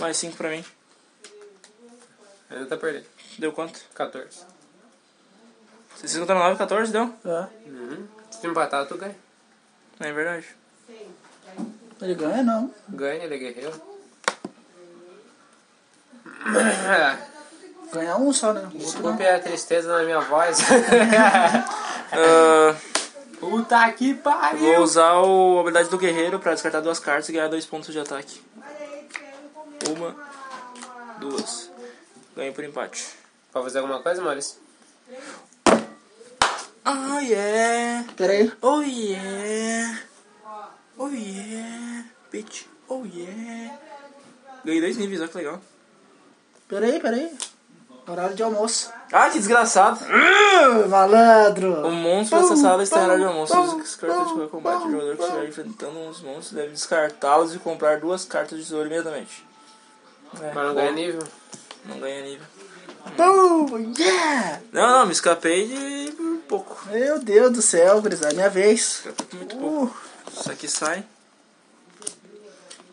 Mais 5 pra mim.
Ainda tá perdendo.
Deu quanto?
14.
16 contra 9, 14 deu?
É.
Uhum. Se tu empatar, tu ganha.
Não é verdade.
Ele ganha, não.
Ganha, ele é guerreiro.
Ganha um só, né?
Desculpe é a tristeza na minha voz.
Ah,
Puta que
vou
pariu!
usar o- a habilidade do guerreiro pra descartar duas cartas e ganhar dois pontos de ataque. Uma, duas. Ganhei por empate.
Pra fazer alguma coisa, Maurício?
Oh yeah!
Peraí.
Oh yeah! Oh yeah! Bitch! Oh yeah! Ganhei dois níveis, olha que legal.
Peraí, peraí. Horário de almoço.
Ah, que desgraçado! O
Ah!
Malandro!
Um monstro dessa sala está em horário de um almoço. As cartas de qualquer tipo, combate. O jogador que estiver enfrentando uns monstros deve descartá-los e comprar duas cartas de tesouro imediatamente. É,
Mas não
pô,
ganha nível.
não ganha nível.
Boom! Yeah!
Não, não, me escapei de por pouco.
Meu Deus do céu, gurizada. Minha vez.
Escapei por muito pouco.
Uh,
Isso aqui sai.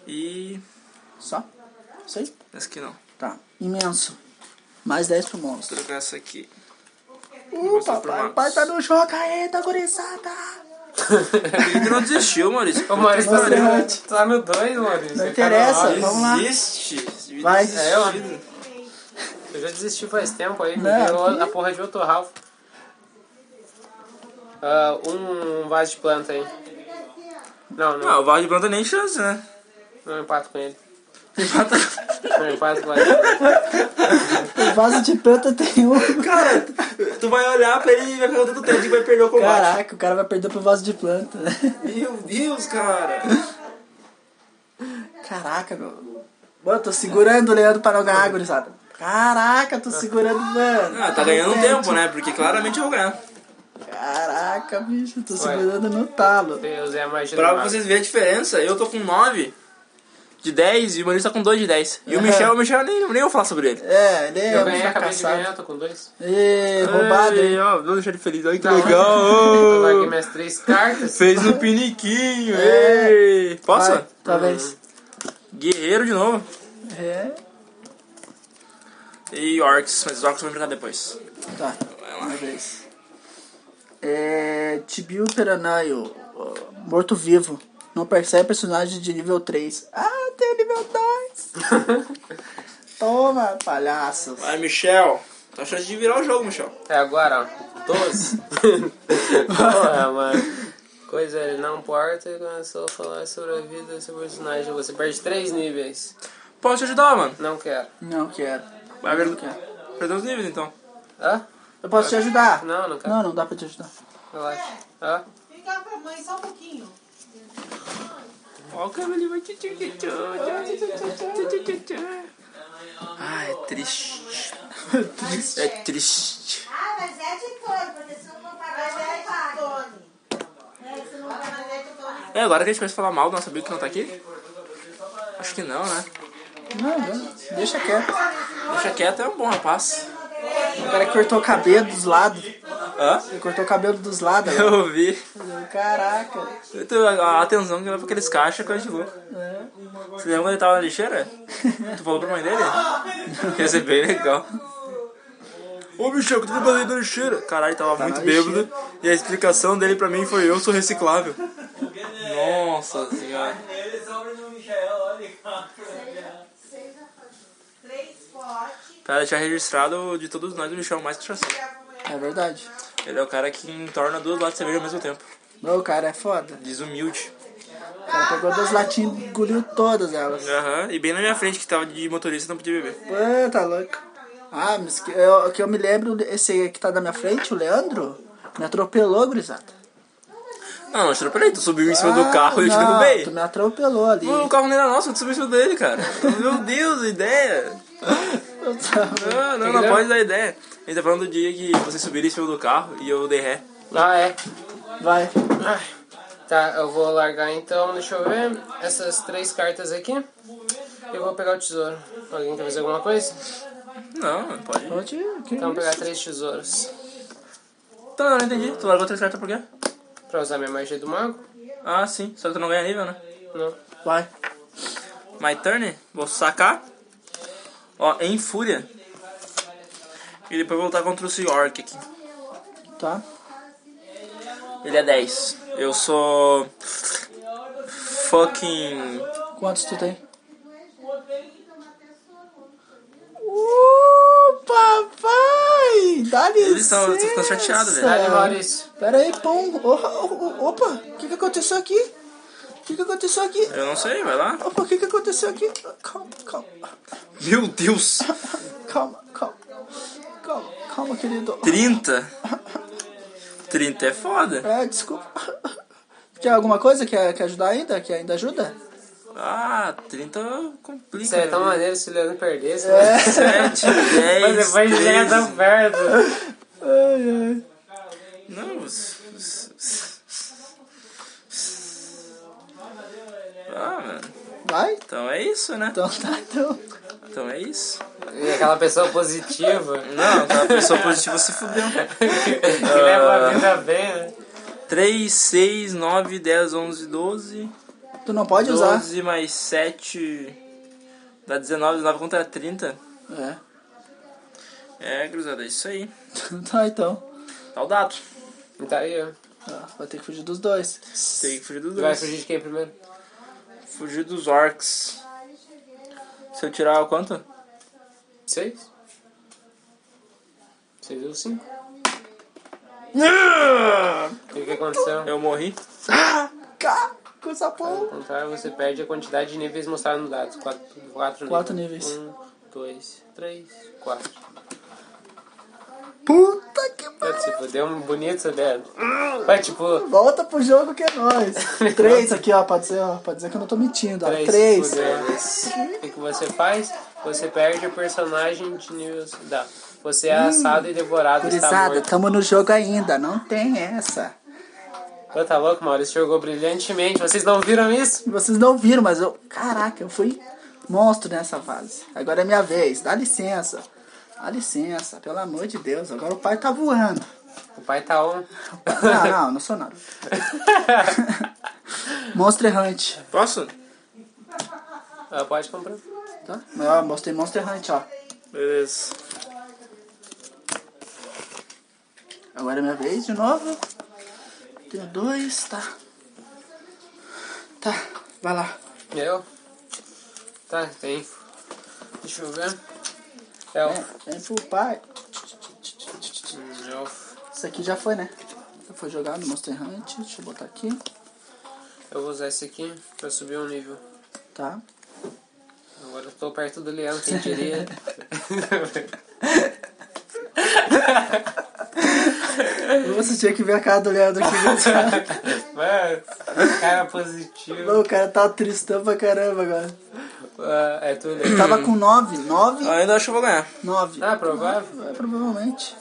E.
só? Isso aí?
Essa aqui não.
Tá. Imenso. Mais 10 pro
Vou
monstro.
trocar essa aqui.
Uh,
Vocês
papai,
formados.
pai tá no jogo ainda, gurizada!
Ele que não desistiu, Maurício.
Ô Maurício tá,
Nossa,
no- tá no 2, Maurício.
Não
Ele tá no
interessa.
nove.
Vamos lá.
Desiste. Devia
Vai.
desistir.
É, eu, eu já desisti faz tempo aí, me
Não,
deu
aqui-
a porra de outro Ralph. Ah, um vaso de planta aí. Não, não,
Não, Ah, o Val de Branda nem chance, né?
não empato com ele.
Empata.
Não empato com ele.
O vaso de planta tem um.
Cara, tu- tu vai olhar pra ele e vai ficar todo tédio e vai perder o combate.
Caraca, o cara vai perder pro vaso de planta, né?
Meu Deus, cara.
Caraca, meu. Tá Mano, tô segurando o Leandro para não ganhar, gurizada. Caraca, tô segurando, mano.
Ah, tá ganhando tempo, né? Porque claramente eu vou ganhar.
Caraca, bicho, tô segurando no talo.
Deus é a magia do
Pra
mal.
vocês verem a diferença, eu tô com 9 de 10 e o Maurício tá com 2 de 10. E o Michel, o Michel nem, nem vou falar sobre ele.
É, ele é
Eu
um
ganhei, acabei de
fracassado.
ganhar, tô com dois.
Ê, é roubado, hein? Tá.
Ei, ó, vamos deixar ele feliz. Olha que
Não.
legal.
Eu larguei
ô.
minhas três cartas.
Fez no piniquinho.
É.
Ei. Posso?
Vai, talvez.
Guerreiro de novo.
Uhum.
É.
E Orcs, mas os Orcs vão brincar depois.
Tá, uma vez. É. Tibiu Peranaio, morto-vivo. Não percebe personagem de nível 3. Ah, tem nível 2! Toma, palhaço!
Vai, Michel. Tá a chance de virar o jogo, Michel.
É agora, ó. 12. Porra, mano. Coisa, ele não porta e começou a falar sobre a vida desse personagem. Você perde 3 níveis.
Posso te ajudar, mano?
Não quero.
Não quero.
Vai ver é.
Não quero.
Perdeu os níveis, então.
Hã?
Eu posso te ajudar?
Não, não quero.
Não, não dá pra te ajudar.
É.
Relaxa. Hã?
Vem cá pra mãe só um pouquinho.
Ó o cabelo vai... tchu, tchu, tchu, tchu, tchu, tchu, tchu, tchu, tchu. Ah, é triste. É triste.
Ah, mas é de cor, porque senão não vai mais é de Tony. É, se não vai mais é de Tony.
É, agora que a gente começa a falar mal do nosso amigo que não tá aqui? Acho que não, né?
Não, Ah, não. Deixa quieto.
Deixa quieto, é um bom rapaz.
O cara cortou o cabelo dos lados.
Hã?
Ele cortou o cabelo dos lados. né?
Eu ouvi.
Caraca.
Então, a a atenção que leva pra aqueles caixas com a gente louca.
É.
Você lembra quando ele tava na lixeira? Tu falou pra mãe dele? Que ia ser bem legal. Ô Michel, que tu falou da lixeira? Caralho, tava muito
na
bêbado. E a explicação dele pra mim foi eu sou reciclável. Nossa senhora.
Três potes.
Pra deixar registrado de todos nós, o Michel é o mais cachaceiro.
É verdade.
Ele é o cara que entorna duas latas de cerveja ao mesmo tempo.
Não, o cara é foda.
Desumilde.
O cara pegou duas latinhas e engoliu todas elas.
Aham, e bem na minha frente que tava de motorista não podia beber.
Pô, tá louco. Ah, mas que eu, que eu me lembro, esse que tá na minha frente, o Leandro, me atropelou, gurizada.
Não, não atropelei, tu subiu em cima do
Ah,
carro e eu te
não,
derrubei.
Tu me atropelou ali.
Mano, O carro não era nosso, tu subiu em cima dele, cara. Meu Deus, a ideia.
Eu tava-
Ah, não, não pode dar ideia. A gente tá falando do dia que vocês subiram em cima do carro e eu dei ré.
Ah, é.
Vai.
Tá, eu vou largar então, deixa eu ver essas três cartas aqui. Eu vou pegar o tesouro. Alguém quer fazer alguma coisa?
Não, não pode.
Onde? Que
Então vou pegar
isso?
três tesouros.
Então, eu não entendi. Tu largou três cartas por quê?
Pra usar minha magia do mago?
Ah, sim. Só que tu não ganha nível, né?
Não.
Vai.
My turn. Vou sacar. Ó, em fúria. E depois vou lutar contra o York aqui.
Tá.
Ele é 10. Eu sou... Fucking...
Quantos tu tem? papai! Dá licença!
Eles estão- eles estão chateados, velho.
É.
Tá, Maurício.
Pera aí, pão. Oh, oh, oh, opa, o que, que aconteceu aqui? O que, que aconteceu aqui?
Eu não sei, vai lá.
Opa, o que, que aconteceu aqui? Calma, calma.
Meu Deus!
Calma, calma. Calma, calma, querido.
30? 30 é foda.
É, desculpa. Quer alguma coisa? Quer, quer ajudar ainda? Quer ainda ajuda?
Ah, 30 complica.
Seria
É.
tão
né?
tá maneiro se o Leandro perdesse. né?
7, 10.
Mas depois ele é tão perto.
Ai, ai.
Não, os- os- os- Ah, mano.
Vai?
Então é isso, né?
Então tá, então.
Então é isso.
E aquela pessoa positiva.
Não, tá, a pessoa positiva se fudeu.
que leva a vida bem, né?
3, 6, 9, 10, 11, 12.
Tu não pode usar.
12 mais 7 dá 19, 19 contra 30.
É.
É, cruzada, é isso aí.
Tá, então.
Tá o dado.
Tá aí, ó.
Ah, vai ter que fugir dos dois.
Tem que fugir dos
Tu vai
dois.
fugir de quem primeiro?
Fugir dos orcs. Se eu tirar o quanto?
Seis? Você viu cinco?
Ah!
O que, que aconteceu?
Eu morri.
Cá, Ah, com sapão.
Ao contrário, tá, você perde a quantidade de níveis mostrados no dado. Quatro, quatro,
Quatro níveis.
Um, dois, três, quatro.
Puta que
Putz,
pariu.
se fudeu um bonito, sabe? Vai, tipo...
Volta pro jogo que é nós. Três aqui, ó. Pode dizer, ó, pode dizer que eu não tô mentindo. Ó.
Três. tá
Três. Tá Uhum.
fudeu. O que, que você faz? Você perde o personagem de nível... Dá. Você é assado e devorado, está
Hum. Gurizada,
morto.
tamo no jogo ainda. Não tem essa.
Pô, tá louco, Maurício jogou brilhantemente. Vocês não viram isso?
Vocês não viram, mas eu. Caraca, eu fui monstro nessa fase. Agora é minha vez. Dá licença. Dá licença, pelo amor de Deus. Agora o pai tá voando.
O pai tá on.
Não, não, não sou nada. Monster Hunt.
Posso?
Ah, pode comprar.
Tá? Mas, ó, mostrei Monster Hunter, ó.
Beleza.
Agora é minha vez de novo. Tenho dois, tá. Tá, vai lá.
Eu? Tá, tem. Deixa eu ver. É
Vem, vem pro Então, um pai.
o. Eu.
Isso aqui já foi, né? Já foi jogado, Monster Hunter. Deixa eu botar aqui.
Eu vou usar esse aqui pra subir um nível.
Tá.
Agora eu tô perto do leão, quem diria.
Você tinha que ver a cara do Leandro aqui.
Mas, cara
Não,
positivo.
o cara tá tristão pra caramba agora.
Ah, é tudo.
Tava com nove, nove,
Ainda acho que eu vou ganhar.
nove.
Ah, provável.
É, provavelmente.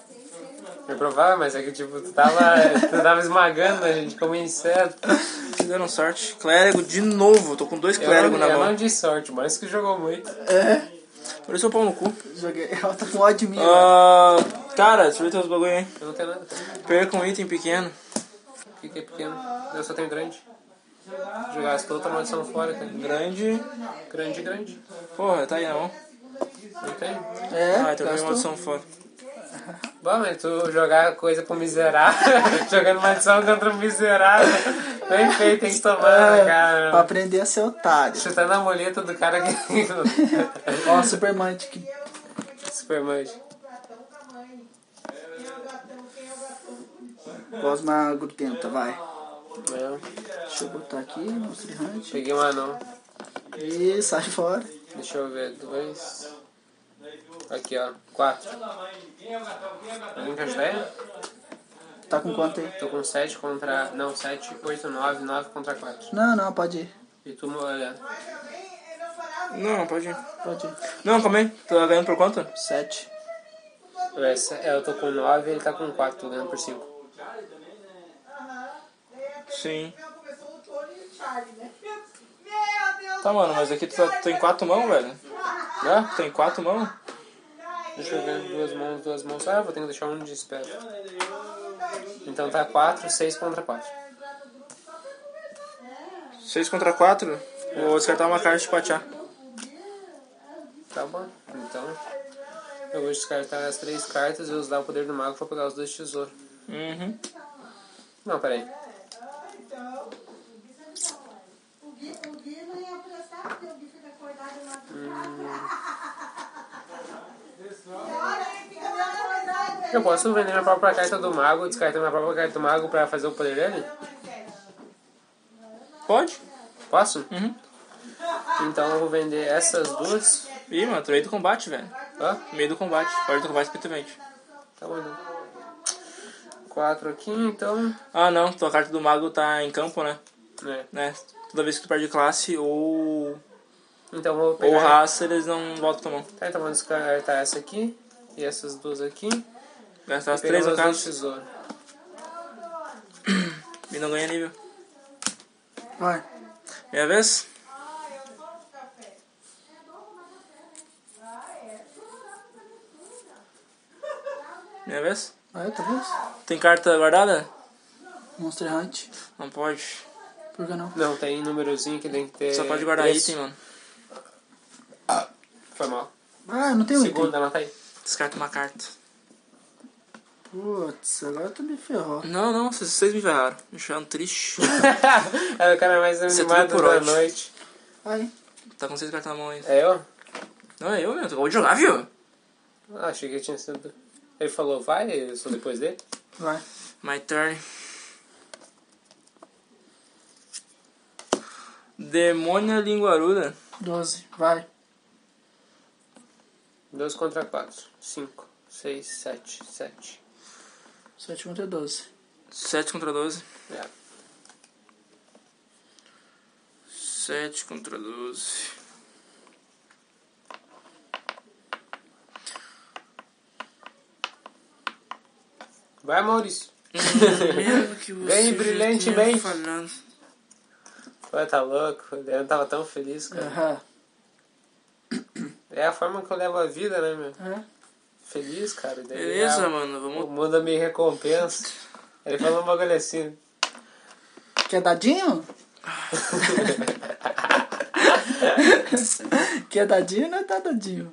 É provável, mas é que tipo, tu tava, tu tava esmagando a gente como inseto.
Vocês deram sorte. Clérigo de novo. Tô com dois
Eu, não-
clérigos na
eu não
mão.
dei sorte, mas que jogou muito.
É,
Pareceu um pau no cu.
joguei. Ela tá com ódio de mim. ó.
Ah, cara, deixa eu ver teus bagulho aí.
Eu não tenho nada.
Perca um item pequeno.
O que que é pequeno? Eu só tenho grande. Jogar as outra maldição fora, cara.
Grande.
Grande, grande.
Porra, tá aí na mão.
Não tem?
É,
Ah, então eu uma
gastou.
adição fora.
Bom, mas tu jogar coisa pro miserável, jogando maldição contra o miserável. Bem feito, tem que tomar,
É,
na cara.
pra aprender a ser otário.
Chutando a moleta do cara que.
Ó, Superman, que
Superman.
um é
Cosma Grutenta, vai.
Não,
Deixa eu botar aqui, Monster Hunter.
peguei um anão.
E sai fora.
Deixa eu ver, dois. Aqui, ó, quatro. Alguém quer ajudar?
Tá com quanto aí?
Tô com sete contra. Não, sete, oito, nove, nove contra quatro.
Não, não, pode ir.
E tu, olha.
ah,
Não, pode ir.
Pode ir.
Não, calma aí. Tá ganhando por quanto?
Sete.
Essa, é, eu tô com nove ele tá com quatro, tô ganhando por cinco.
Sim.
Começou o Tony e o Charlie, né? Meu Deus!
Tá, mano, mas aqui tu tá, tem quatro mãos, velho. É? Tem quatro mãos?
Deixa eu ver, duas mãos, duas mãos. Ah, vou ter que deixar um de espera. Então tá quatro, seis contra quatro.
né? É.
Seis contra quatro. Vou descartar uma carta de patear.
Tá bom, então. Eu vou descartar as três cartas e usar o poder do mago pra pegar os dois tesouros.
Uhum.
Não, peraí.
O Gui, o Gui não ia prestar, porque o Gui fica acordado e mata Olha, ele fica meio acordado,
Eu posso vender minha própria carta do mago, descartar minha própria carta do mago pra fazer o poder dele?
Pode?
Posso?
Uhum.
Então eu vou vender essas duas.
Ih, mano, tu veio do combate, velho.
Hã?
Meio do combate. Fora do combate, tu vende.
Tá bom, então. Quatro aqui, então.
Ah, não. Tua carta do mago tá em campo, né?
É.
né? Toda vez que tu perde classe ou,
Então eu vou
ou
pegar.
raça, eles não voltam tua mão.
Tá, então vou descartar essa aqui e essas duas aqui.
Gastar as
Pegar
três no
os dois
caso
tesouros.
e não ganha nível.
Vai.
Minha vez? Minha vez?
Vai, tá vendo?
Tem carta guardada?
Monster Hunter.
Não pode.
Por que não?
Não, tem númerozinho que tem que ter.
Só pode guardar
preço.
item, mano.
Foi mal.
Ah, não tem um item.
Segunda, anota aí.
Descarta uma carta.
Putz, agora tu me ferrou.
Não, não, vocês vocês me ferraram. Me deixaram triste.
é o cara mais
Você
animado
tudo por
da
ódio.
noite.
Aí.
Tá com seis cartas na mão ainda.
É eu?
Não é eu, meu. Tu acabou de jogar, viu?
Ah, achei que tinha sido. Ele falou, vai, eu sou depois dele.
Vai.
My turn. Demônia linguaruda.
Doze. Vai.
2 contra 4. 5, 6, 7, 7.
Sete contra doze.
7 contra 12.
É.
7 contra 12.
Vai, Maurício.
Mesmo que você
Bem
já
brilhantemente.
tenha falhado.
Ué, tá louco? O Leandro tava tão feliz, cara.
Aham.
É a forma que eu levo a vida, né, meu?
É.
Feliz, cara. Daí,
Beleza,
ah,
mano. Vamos.
O mundo me recompensa. Ele falou um bagulho assim.
Quer dadinho? Que é dadinho não é dadinho.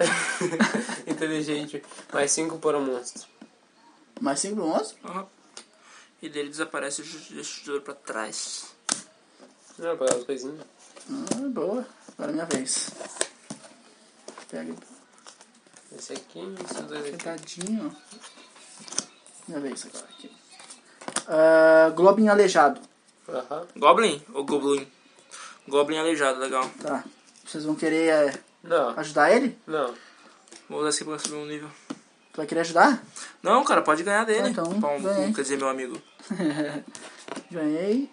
Inteligente. Mais cinco para o monstro.
Mais 5 pro monstro?
Aham. E dele desaparece e deixa o jogador pra trás.
Não, vou pegar as coisinhas.
Ah, boa. Agora é minha vez. Pega
Esse aqui, esses dois aqui.
Tadinho. Minha vez agora aqui. Ah, Globinho aleijado.
Aham.
Goblin ou Goblin? Goblin aleijado, legal.
Tá. Vocês vão querer eh,
Não,
ajudar ele?
não.
Vou usar esse pra subir um nível.
Tu vai querer ajudar?
Não, cara, pode ganhar dele.
Ah, então,
Pau no cu,
ganhei.
quer dizer, meu amigo.
Ganhei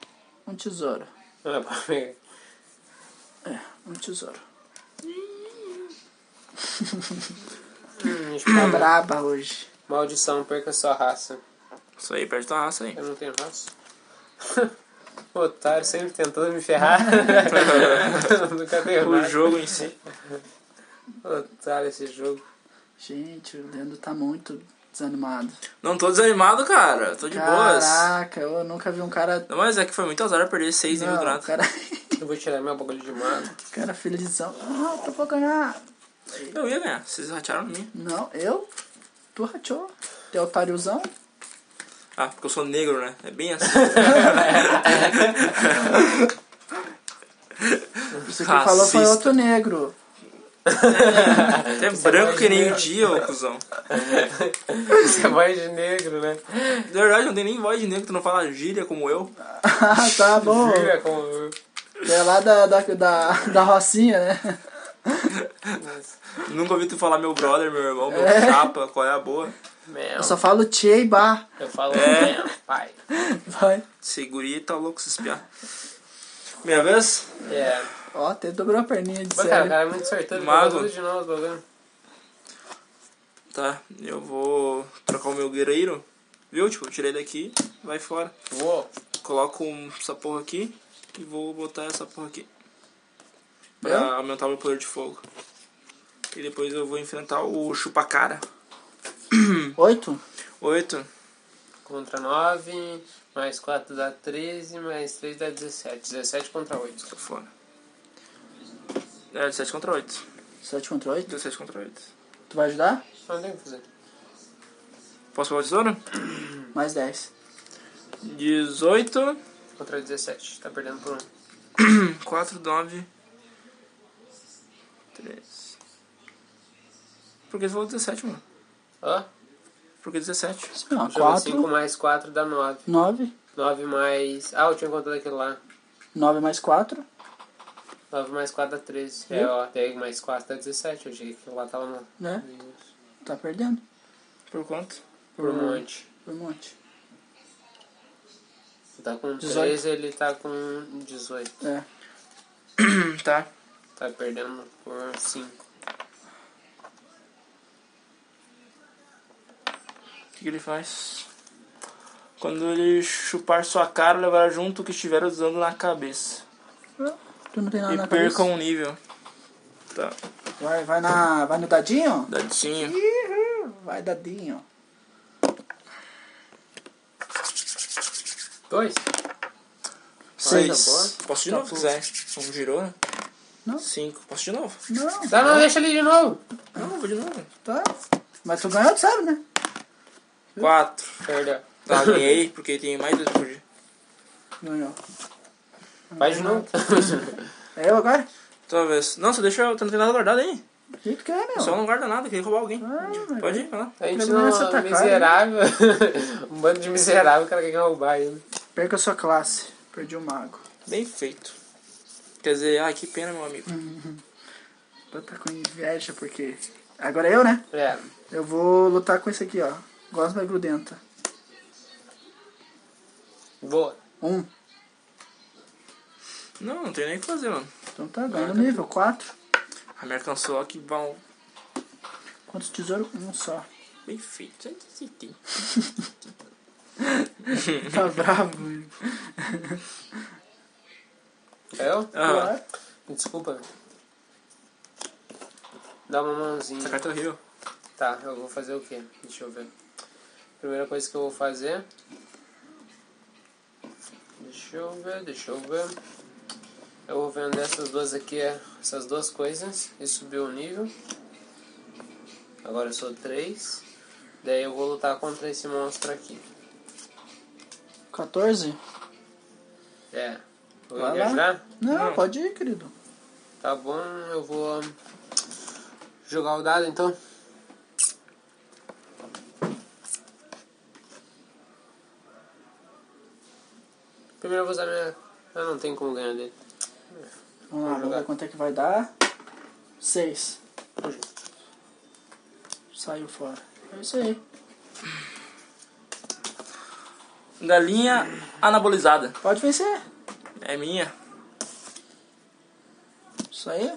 um tesouro.
Não é pra pegar.
Um tesouro.
Hum,
Tá
espada.
braba hoje.
Maldição, perca sua raça.
Isso aí, perde tua raça aí.
Eu não tenho raça. Otário sempre tentando me ferrar. Nunca tenho
É O
raça.
jogo em si.
Otário esse jogo.
Gente, o Leandro tá muito desanimado.
Não tô desanimado, cara. Tô de boas.
Caraca, eu nunca vi um cara.
Não, mas é que foi muito azar eu perder 6 níveis do
Não, o
nada.
cara,
Eu vou tirar meu bagulho de mago.
o cara felizão. Ah, tu vou ganhar.
Eu ia ganhar. Vocês ratearam em mim.
Não, eu? Tu rachou. Teu otáriozão?
Ah, porque eu sou negro, né? É bem assim.
Isso que falou foi
Racista.
outro negro.
Até branco que nem o dia, ô cuzão.
Você é voz de negro, né?
Na verdade, não tem nem voz de negro, tu não fala gíria como eu.
Ah, tá bom.
Jura como eu.
Tu é lá da, da, da, da Rocinha, né?
Nunca ouvi tu falar meu brother, meu irmão, meu
É.
chapa, qual é a boa.
Meu,
Eu só falo tchê e bar.
eu falo
É.
meu pai.
Vai.
Seguria tá louco se espiar. Minha vez?
É.
Ó, até dobrou a perninha de
Mas, cara, o
sério.
cara é muito sortudo.
Mago.
Mago. Tudo de novo, os bagulho.
Tá, eu vou trocar o meu guerreiro. Viu? Tipo, eu tirei daqui, vai fora.
Uou.
Coloco um- essa porra aqui e vou botar essa porra aqui. Pra aumentar o meu poder de fogo. E depois eu vou enfrentar o chupacara.
Oito?
Oito.
Contra 9, mais 4 dá 13, mais 3 dá 17. 17 contra 8.
Tô fora. É, 17 contra 8.
Sete contra oito?
17 contra 8.
Tu vai ajudar?
Não tem o que fazer.
Posso pegar o tesouro?
Mais dez.
18,
Contra 17. Tá perdendo por 1.
4, 9, 3. Por que você falou 17, mano?
Ó,
Por que 17?
Isso mesmo,
jogo
assim
5
Assim, quatro.
mais 4 dá 9.
Nove.
9 mais. Ah, eu tinha contado aquilo lá.
Nove mais quatro.
9 mais 4 dá 13. É, ó, até mais 4 dá 17. Eu achei que lá tava no.
Né? Tá perdendo.
Por quanto?
Por um monte.
Por um monte.
Você tá com
18.
13, ele tá com 18.
É.
tá.
Tá perdendo por 5.
O que, que ele faz? Quando ele chupar sua cara, levará junto o que estiver usando na cabeça.
Tu não tem nada
e
na
perca
cabeça?
um nível. Tá.
Vai, vai, na, vai no dadinho?
Dadinho.
Vai dadinho.
2?
Seis. Posso de
Tá
novo se
bom.
quiser. Não girou, né?
Não. Ah.
Cinco. Posso de novo?
Não,
Tá, não, deixa ele de novo.
Não, vou de novo.
tá. Mas tu ganhou, tu sabe, né?
Quatro.
Perdeu.
Tá, ganhei, porque tem mais dois por dia.
Ganhou.
Faz de novo.
É eu agora?
Talvez. Não, você deixa eu. Não tem nada guardado aí.
O que tu quer, meu?
Só não guarda nada, queria roubar alguém.
Ah,
Pode ir, vai lá.
A gente
Pelo menos
não
você tá
miserável. um bando de miserável, o cara quer roubar ele.
Perca a sua classe. Perdi o mago.
Bem feito. Quer dizer, ai, que pena, meu amigo.
Hum. Eu tô com inveja porque. Agora é eu, né?
É.
Eu vou lutar com esse aqui, ó. Gosma grudenta.
Boa.
Um.
Não, não tem nem o que fazer, mano.
Então tá,
Ah,
ganhou nível. Quatro.
A minha canção que bom.
Quantos tesouros? Um só.
Bem feito. Esse tem.
Tá bravo. hein?
É Eu?
Ah,
Desculpa. Dá uma mãozinha.
essa carta é horrível.
Tá, eu vou fazer o quê? Deixa eu ver. Primeira coisa que eu vou fazer. Deixa eu ver, deixa eu ver. Eu vou vender essas duas aqui, é, essas duas coisas e subir o nível. Agora eu sou 3. Daí eu vou lutar contra esse monstro aqui.
14?
É. Vou
Vai lá.
engajar?
Não,
Não.
pode ir, querido.
Tá bom, eu vou hum, jogar o dado então. Primeiro eu vou usar minha. Ah, não tem como ganhar dele.
Vamos lá, vamos ver quanto é que vai dar. 6. Saiu fora. É isso aí.
Galinha anabolizada.
Pode vencer.
É minha.
Isso aí.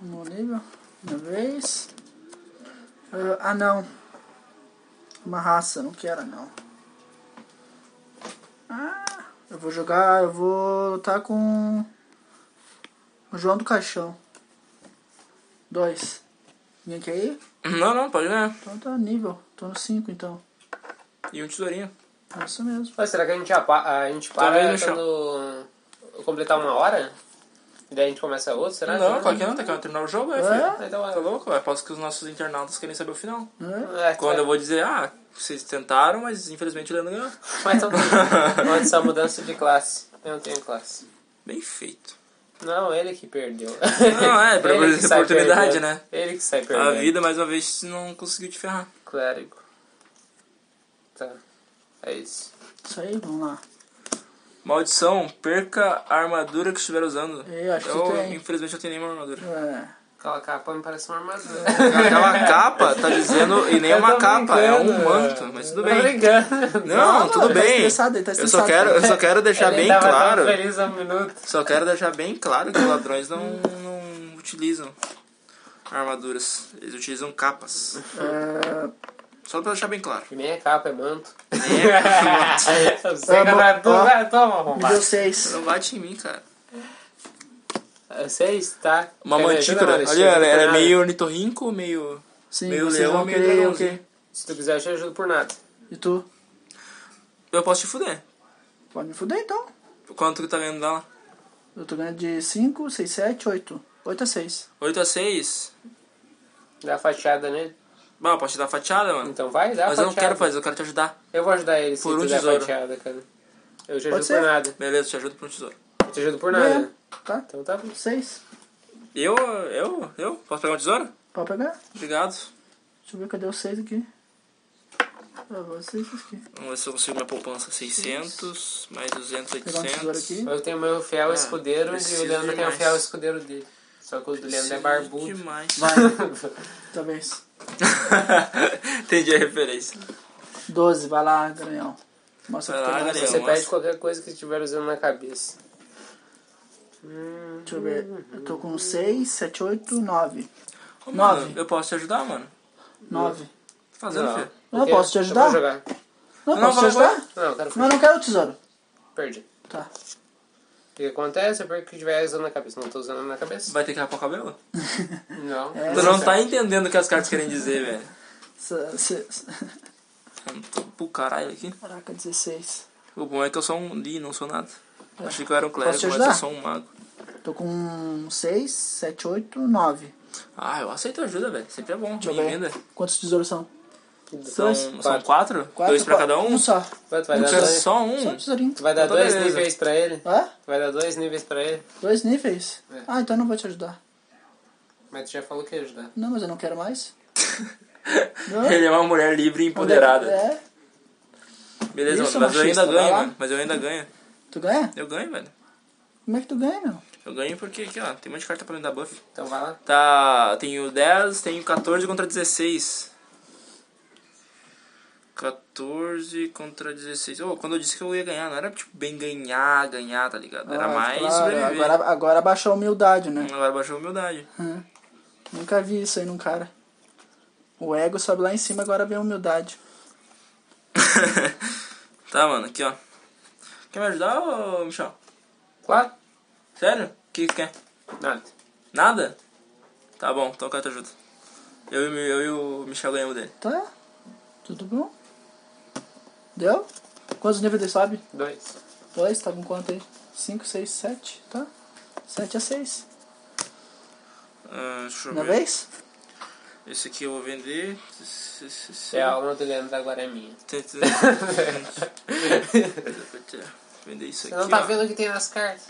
No nível. Minha vez. Ah, ah, não. Uma raça, não quero, não. Ah, eu vou jogar, eu vou lutar com o João do Caixão. Dois. Ninguém quer ir?
Não, não, pode ganhar.
Então tá nível. Tô no 5 então.
E um tesourinho.
É isso mesmo.
Mas será que a gente, apa- a gente
Talvez
para
no chão.
quando completar uma hora? E daí a gente começa outro, será?
Não, claro que
um,
não, tá querendo terminar o jogo, é, filho.
É?
Ah, Então,
Tá louco? É posso que os nossos internautas querem saber o final.
É?
é,
Quando eu vou dizer, ah, vocês tentaram, mas infelizmente o Leandro ganhou.
Mas então, pode ser a mudança de classe. Eu não tenho classe.
Bem feito.
Não, ele que perdeu.
Não, é, pra
Ele que sai
oportunidade,
perdendo.
né?
Ele que sai
A
perdendo.
vida, mais uma vez, não conseguiu te ferrar.
Clérigo. Tá. É isso.
Isso aí, vamos lá.
Maldição, perca a armadura que estiver usando.
Eu É, acho que
Eu,
tem.
infelizmente, não tenho nenhuma armadura.
É.
Aquela capa me parece uma armadura.
Aquela capa tá dizendo, e nem é
Eu tô
uma capa, é um
brincando,
manto, mas tudo
Tô
bem.
brincando.
Não,
Não,
Ah, tudo
ele tá
bem.
estressado, ele tá
eu só
estressado.
quero, eu só quero deixar
Ele
Tá bem
tava tão
claro.
feliz há um minuto.
Só quero deixar bem claro que os ladrões não, não utilizam armaduras, eles utilizam capas.
É,
Só pra deixar bem claro.
E nem é capa, é manto.
Nem é manto.
Você
bom,
vai tu,
ó.
é vai, toma,
me
arrombado.
deu 6.
Não bate em mim, cara.
Seis, tá.
Uma
Quer me
mantícora.
ajudar,
Olha, ela
Alexandre?
ela é
Por
meio
nada.
ornitorrinco, meio.
Sim,
meio
vocês
leão,
vão
meio
querer o
dragãozinho.
quê?
Se tu quiser, eu te ajudo por nada.
E tu?
Eu posso te fuder.
Pode me fuder então.
Quanto que tá ganhando dela?
Eu tô ganhando de 5, 6, 7, 8. 8 a 6.
8 a 6?
Dá a fatiada nele.
Bah, eu posso te dar fatiada, mano.
Então vai, dá a
Mas eu não
fatiada.
quero fazer, eu quero te ajudar.
Eu vou ajudar ele se
Por um
tu der
tesouro.
fatiada, cara. Eu te
Pode
ajudo
ser.
por nada.
Beleza, eu te ajudo pro tesouro.
Eu te ajudo por nada.
Ganhamos. Tá?
Então tá bom.
6.
Eu, eu, eu? Posso pegar um tesouro?
Pode pegar?
Obrigado.
Deixa eu ver cadê o 6 aqui. Ah, vou seis aqui.
Vamos ver se eu consigo minha poupança. 600, mais 200,
Pegar um tesouro
800.
aqui.
Eu tenho meu fiel escudeiro e
Ah, preciso
o Leandro tem o
demais.
fiel escudeiro dele. Só que o do Leandro é barbudo.
Demais.
Vai. Talvez.
Entendi a referência.
12, vai lá, Garanhão. Mostra
Vai
o que
lá,
tem mais.
Garanhão.
Você
Nossa.
pede qualquer coisa que estiver usando na cabeça. Hum,
Deixa eu ver. Eu tô com 6, 7, 8, 9.
Ô, mano,
Nove.
eu posso te ajudar, mano?
9.
Tá fazendo,
Não.
filho?
Não,
eu quero-
posso te
eu
ajudar?
vou jogar.
Não,
Não,
posso te
vai, vai.
ajudar?
Não, eu quero
Não, eu
fugir.
não quero o tesouro.
Perdi. O
Tá.
que acontece é porque estiver usando na cabeça. Não tô usando na cabeça?
Vai ter que rapar o cabelo?
Não.
É.
Tu não tá entendendo o que as cartas querem dizer, velho.
Se- se-
Eu Tô pro caralho aqui.
Caraca, 16.
O bom é que eu sou um Lee, não sou nada.
É.
Achei que eu era um
Posso
clérigo,
te
mas
ajudar?
eu sou um mago.
Tô com 6, 7, 8, 9.
Ah, eu aceito ajuda, velho. Sempre é bom.
eu ver.
Bem-vinda.
Quantos tesouros são?
São,
Dois.
são
Quatro.
quatro? Dois pra
quatro,
cada um?
Um só.
Vai, tu vai dar
Não,
dois.
só
Só um
um?
tesourinho.
Tu vai dar
Então,
dois
beleza.
níveis pra ele?
Hã?
Tu vai dar dois níveis pra ele?
Dois níveis?
É.
Ah, então eu não vou te ajudar.
Mas tu já falou que ia ajudar.
Não, mas eu não quero mais.
Ele é uma mulher livre e empoderada.
É.
Beleza,
Isso,
mano. Mas eu
machista,
ainda ganho,
vai lá.
mano. Mas eu ainda ganho.
Tu ganha?
Eu ganho, velho.
Como é que tu ganha, meu?
Eu ganho porque aqui, ó, tem um monte de carta pra mim dar buff.
Então vai lá.
Tá, tenho 10, tenho 14 contra 16. 14 contra 16. Ô, quando eu disse que eu ia ganhar, não era tipo bem ganhar, ganhar, tá ligado? Era
Ah,
mais
claro,
sobreviver. Agora...
agora, agora baixou a humildade, né?
baixou a humildade.
Hã. Nunca vi isso aí num cara. O ego sobe lá em cima, agora vem a humildade.
tá, mano, aqui ó. Quer me ajudar, ô Michel?
Claro.
Sério? O que que quer?
Nada.
Nada? Tá bom, então eu quero te ajuda. Eu, e o- eu e o Michel ganhamos dele.
Tá? Tudo bom? Deu? Quantos níveis ele sobe?
Dois.
Dois? Tá com quanto aí? 5, 6, 7, tá? 7 a 6.
Ah, deixa eu
Na
ver.
vez?
Esse aqui eu vou vender.
Se a alma do Leandro agora é minha.
Vender isso
Você
aqui.
não tá
ó.
vendo o que tem nas cartas?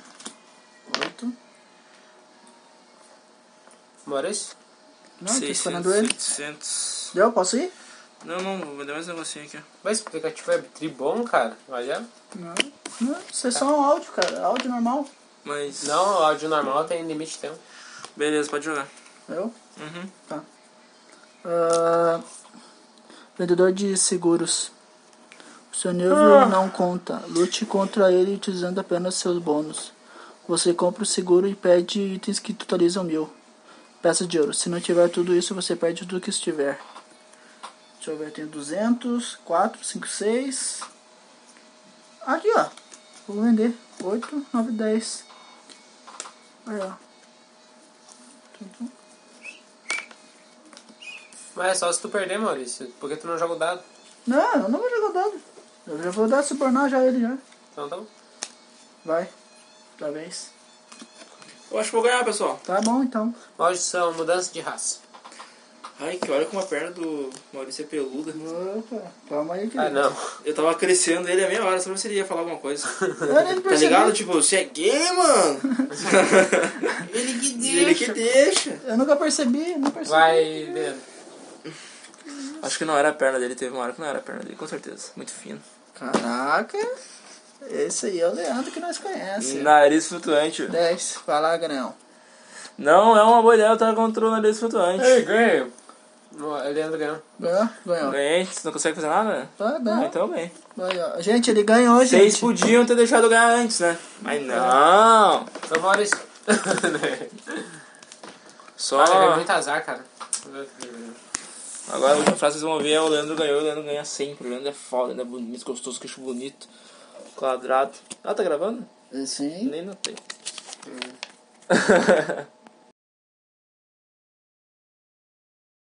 8.
Maurício?
Não, tô esperando
600,
ele.
700.
Deu? Posso ir?
Não, não, vou vender mais um negocinho aqui. ó.
Mas esse aplicativo é tri bom, cara. Olha.
Não. Não, isso é só um áudio, cara. Áudio normal.
Mas.
Não, o áudio normal tem um. limite de tempo.
Beleza, pode jogar.
Eu?
Uhum.
Ah, vendedor de seguros. O seu nível não conta. Lute contra ele utilizando apenas seus bônus. Você compra o seguro e perde itens que totalizam mil. Peça de ouro. Se não tiver tudo isso, você perde tudo que estiver. Deixa eu ver, tem 200, 4, 5, 6. Aqui, ó. Vou vender. 8, 9, 10. Aí, ó. Tum,
Mas é só se tu perder, Maurício. Porque tu não joga o dado.
Não, eu não vou jogar o dado. Eu já vou dar subornar já ele já.
Então tá bom.
Vai. Outra vez.
Eu acho que vou ganhar, pessoal.
Tá bom então.
Maldição, mudança de raça.
Ai, que olha como a perna do Maurício é peluda.
Opa, calma aí,
Ah,
querido.
não.
Eu tava crescendo ele a meia hora, só se ele ia falar alguma coisa.
eu nem
Tá
percebi.
ligado? Tipo, você é gay, mano. ele que deixa. Ele que deixa.
eu nunca percebi, não percebi.
Vai, Leandro.
Acho que não era a perna dele, teve uma hora que não era a perna dele, com certeza. Muito fino.
Caraca. Esse aí é o Leandro que nós
Assim.
conhecemos.
Nariz flutuante.
10. Vai lá, Grão.
Não é uma boa ideia eu tava contra o nariz flutuante.
Ei, ganhei. Ó, Leandro ganhou.
Ganhou? Ganhou.
Ganhei, você não consegue fazer nada?
Tá,
Ah,
ganhou.
então bem.
Vai, ó. Gente, ele ganhou, gente.
Vocês podiam ter deixado eu ganhar antes, né? Mas não!
Então, Maurício.
Só.
Cara, é muito azar, cara.
Agora a última frase que vocês vão ver é o Leandro ganhou, o Leandro ganha sempre. O Leandro é foda, ele é bonito, gostoso, queixo bonito, quadrado. Ah, tá gravando?
Sim.
Nem notei.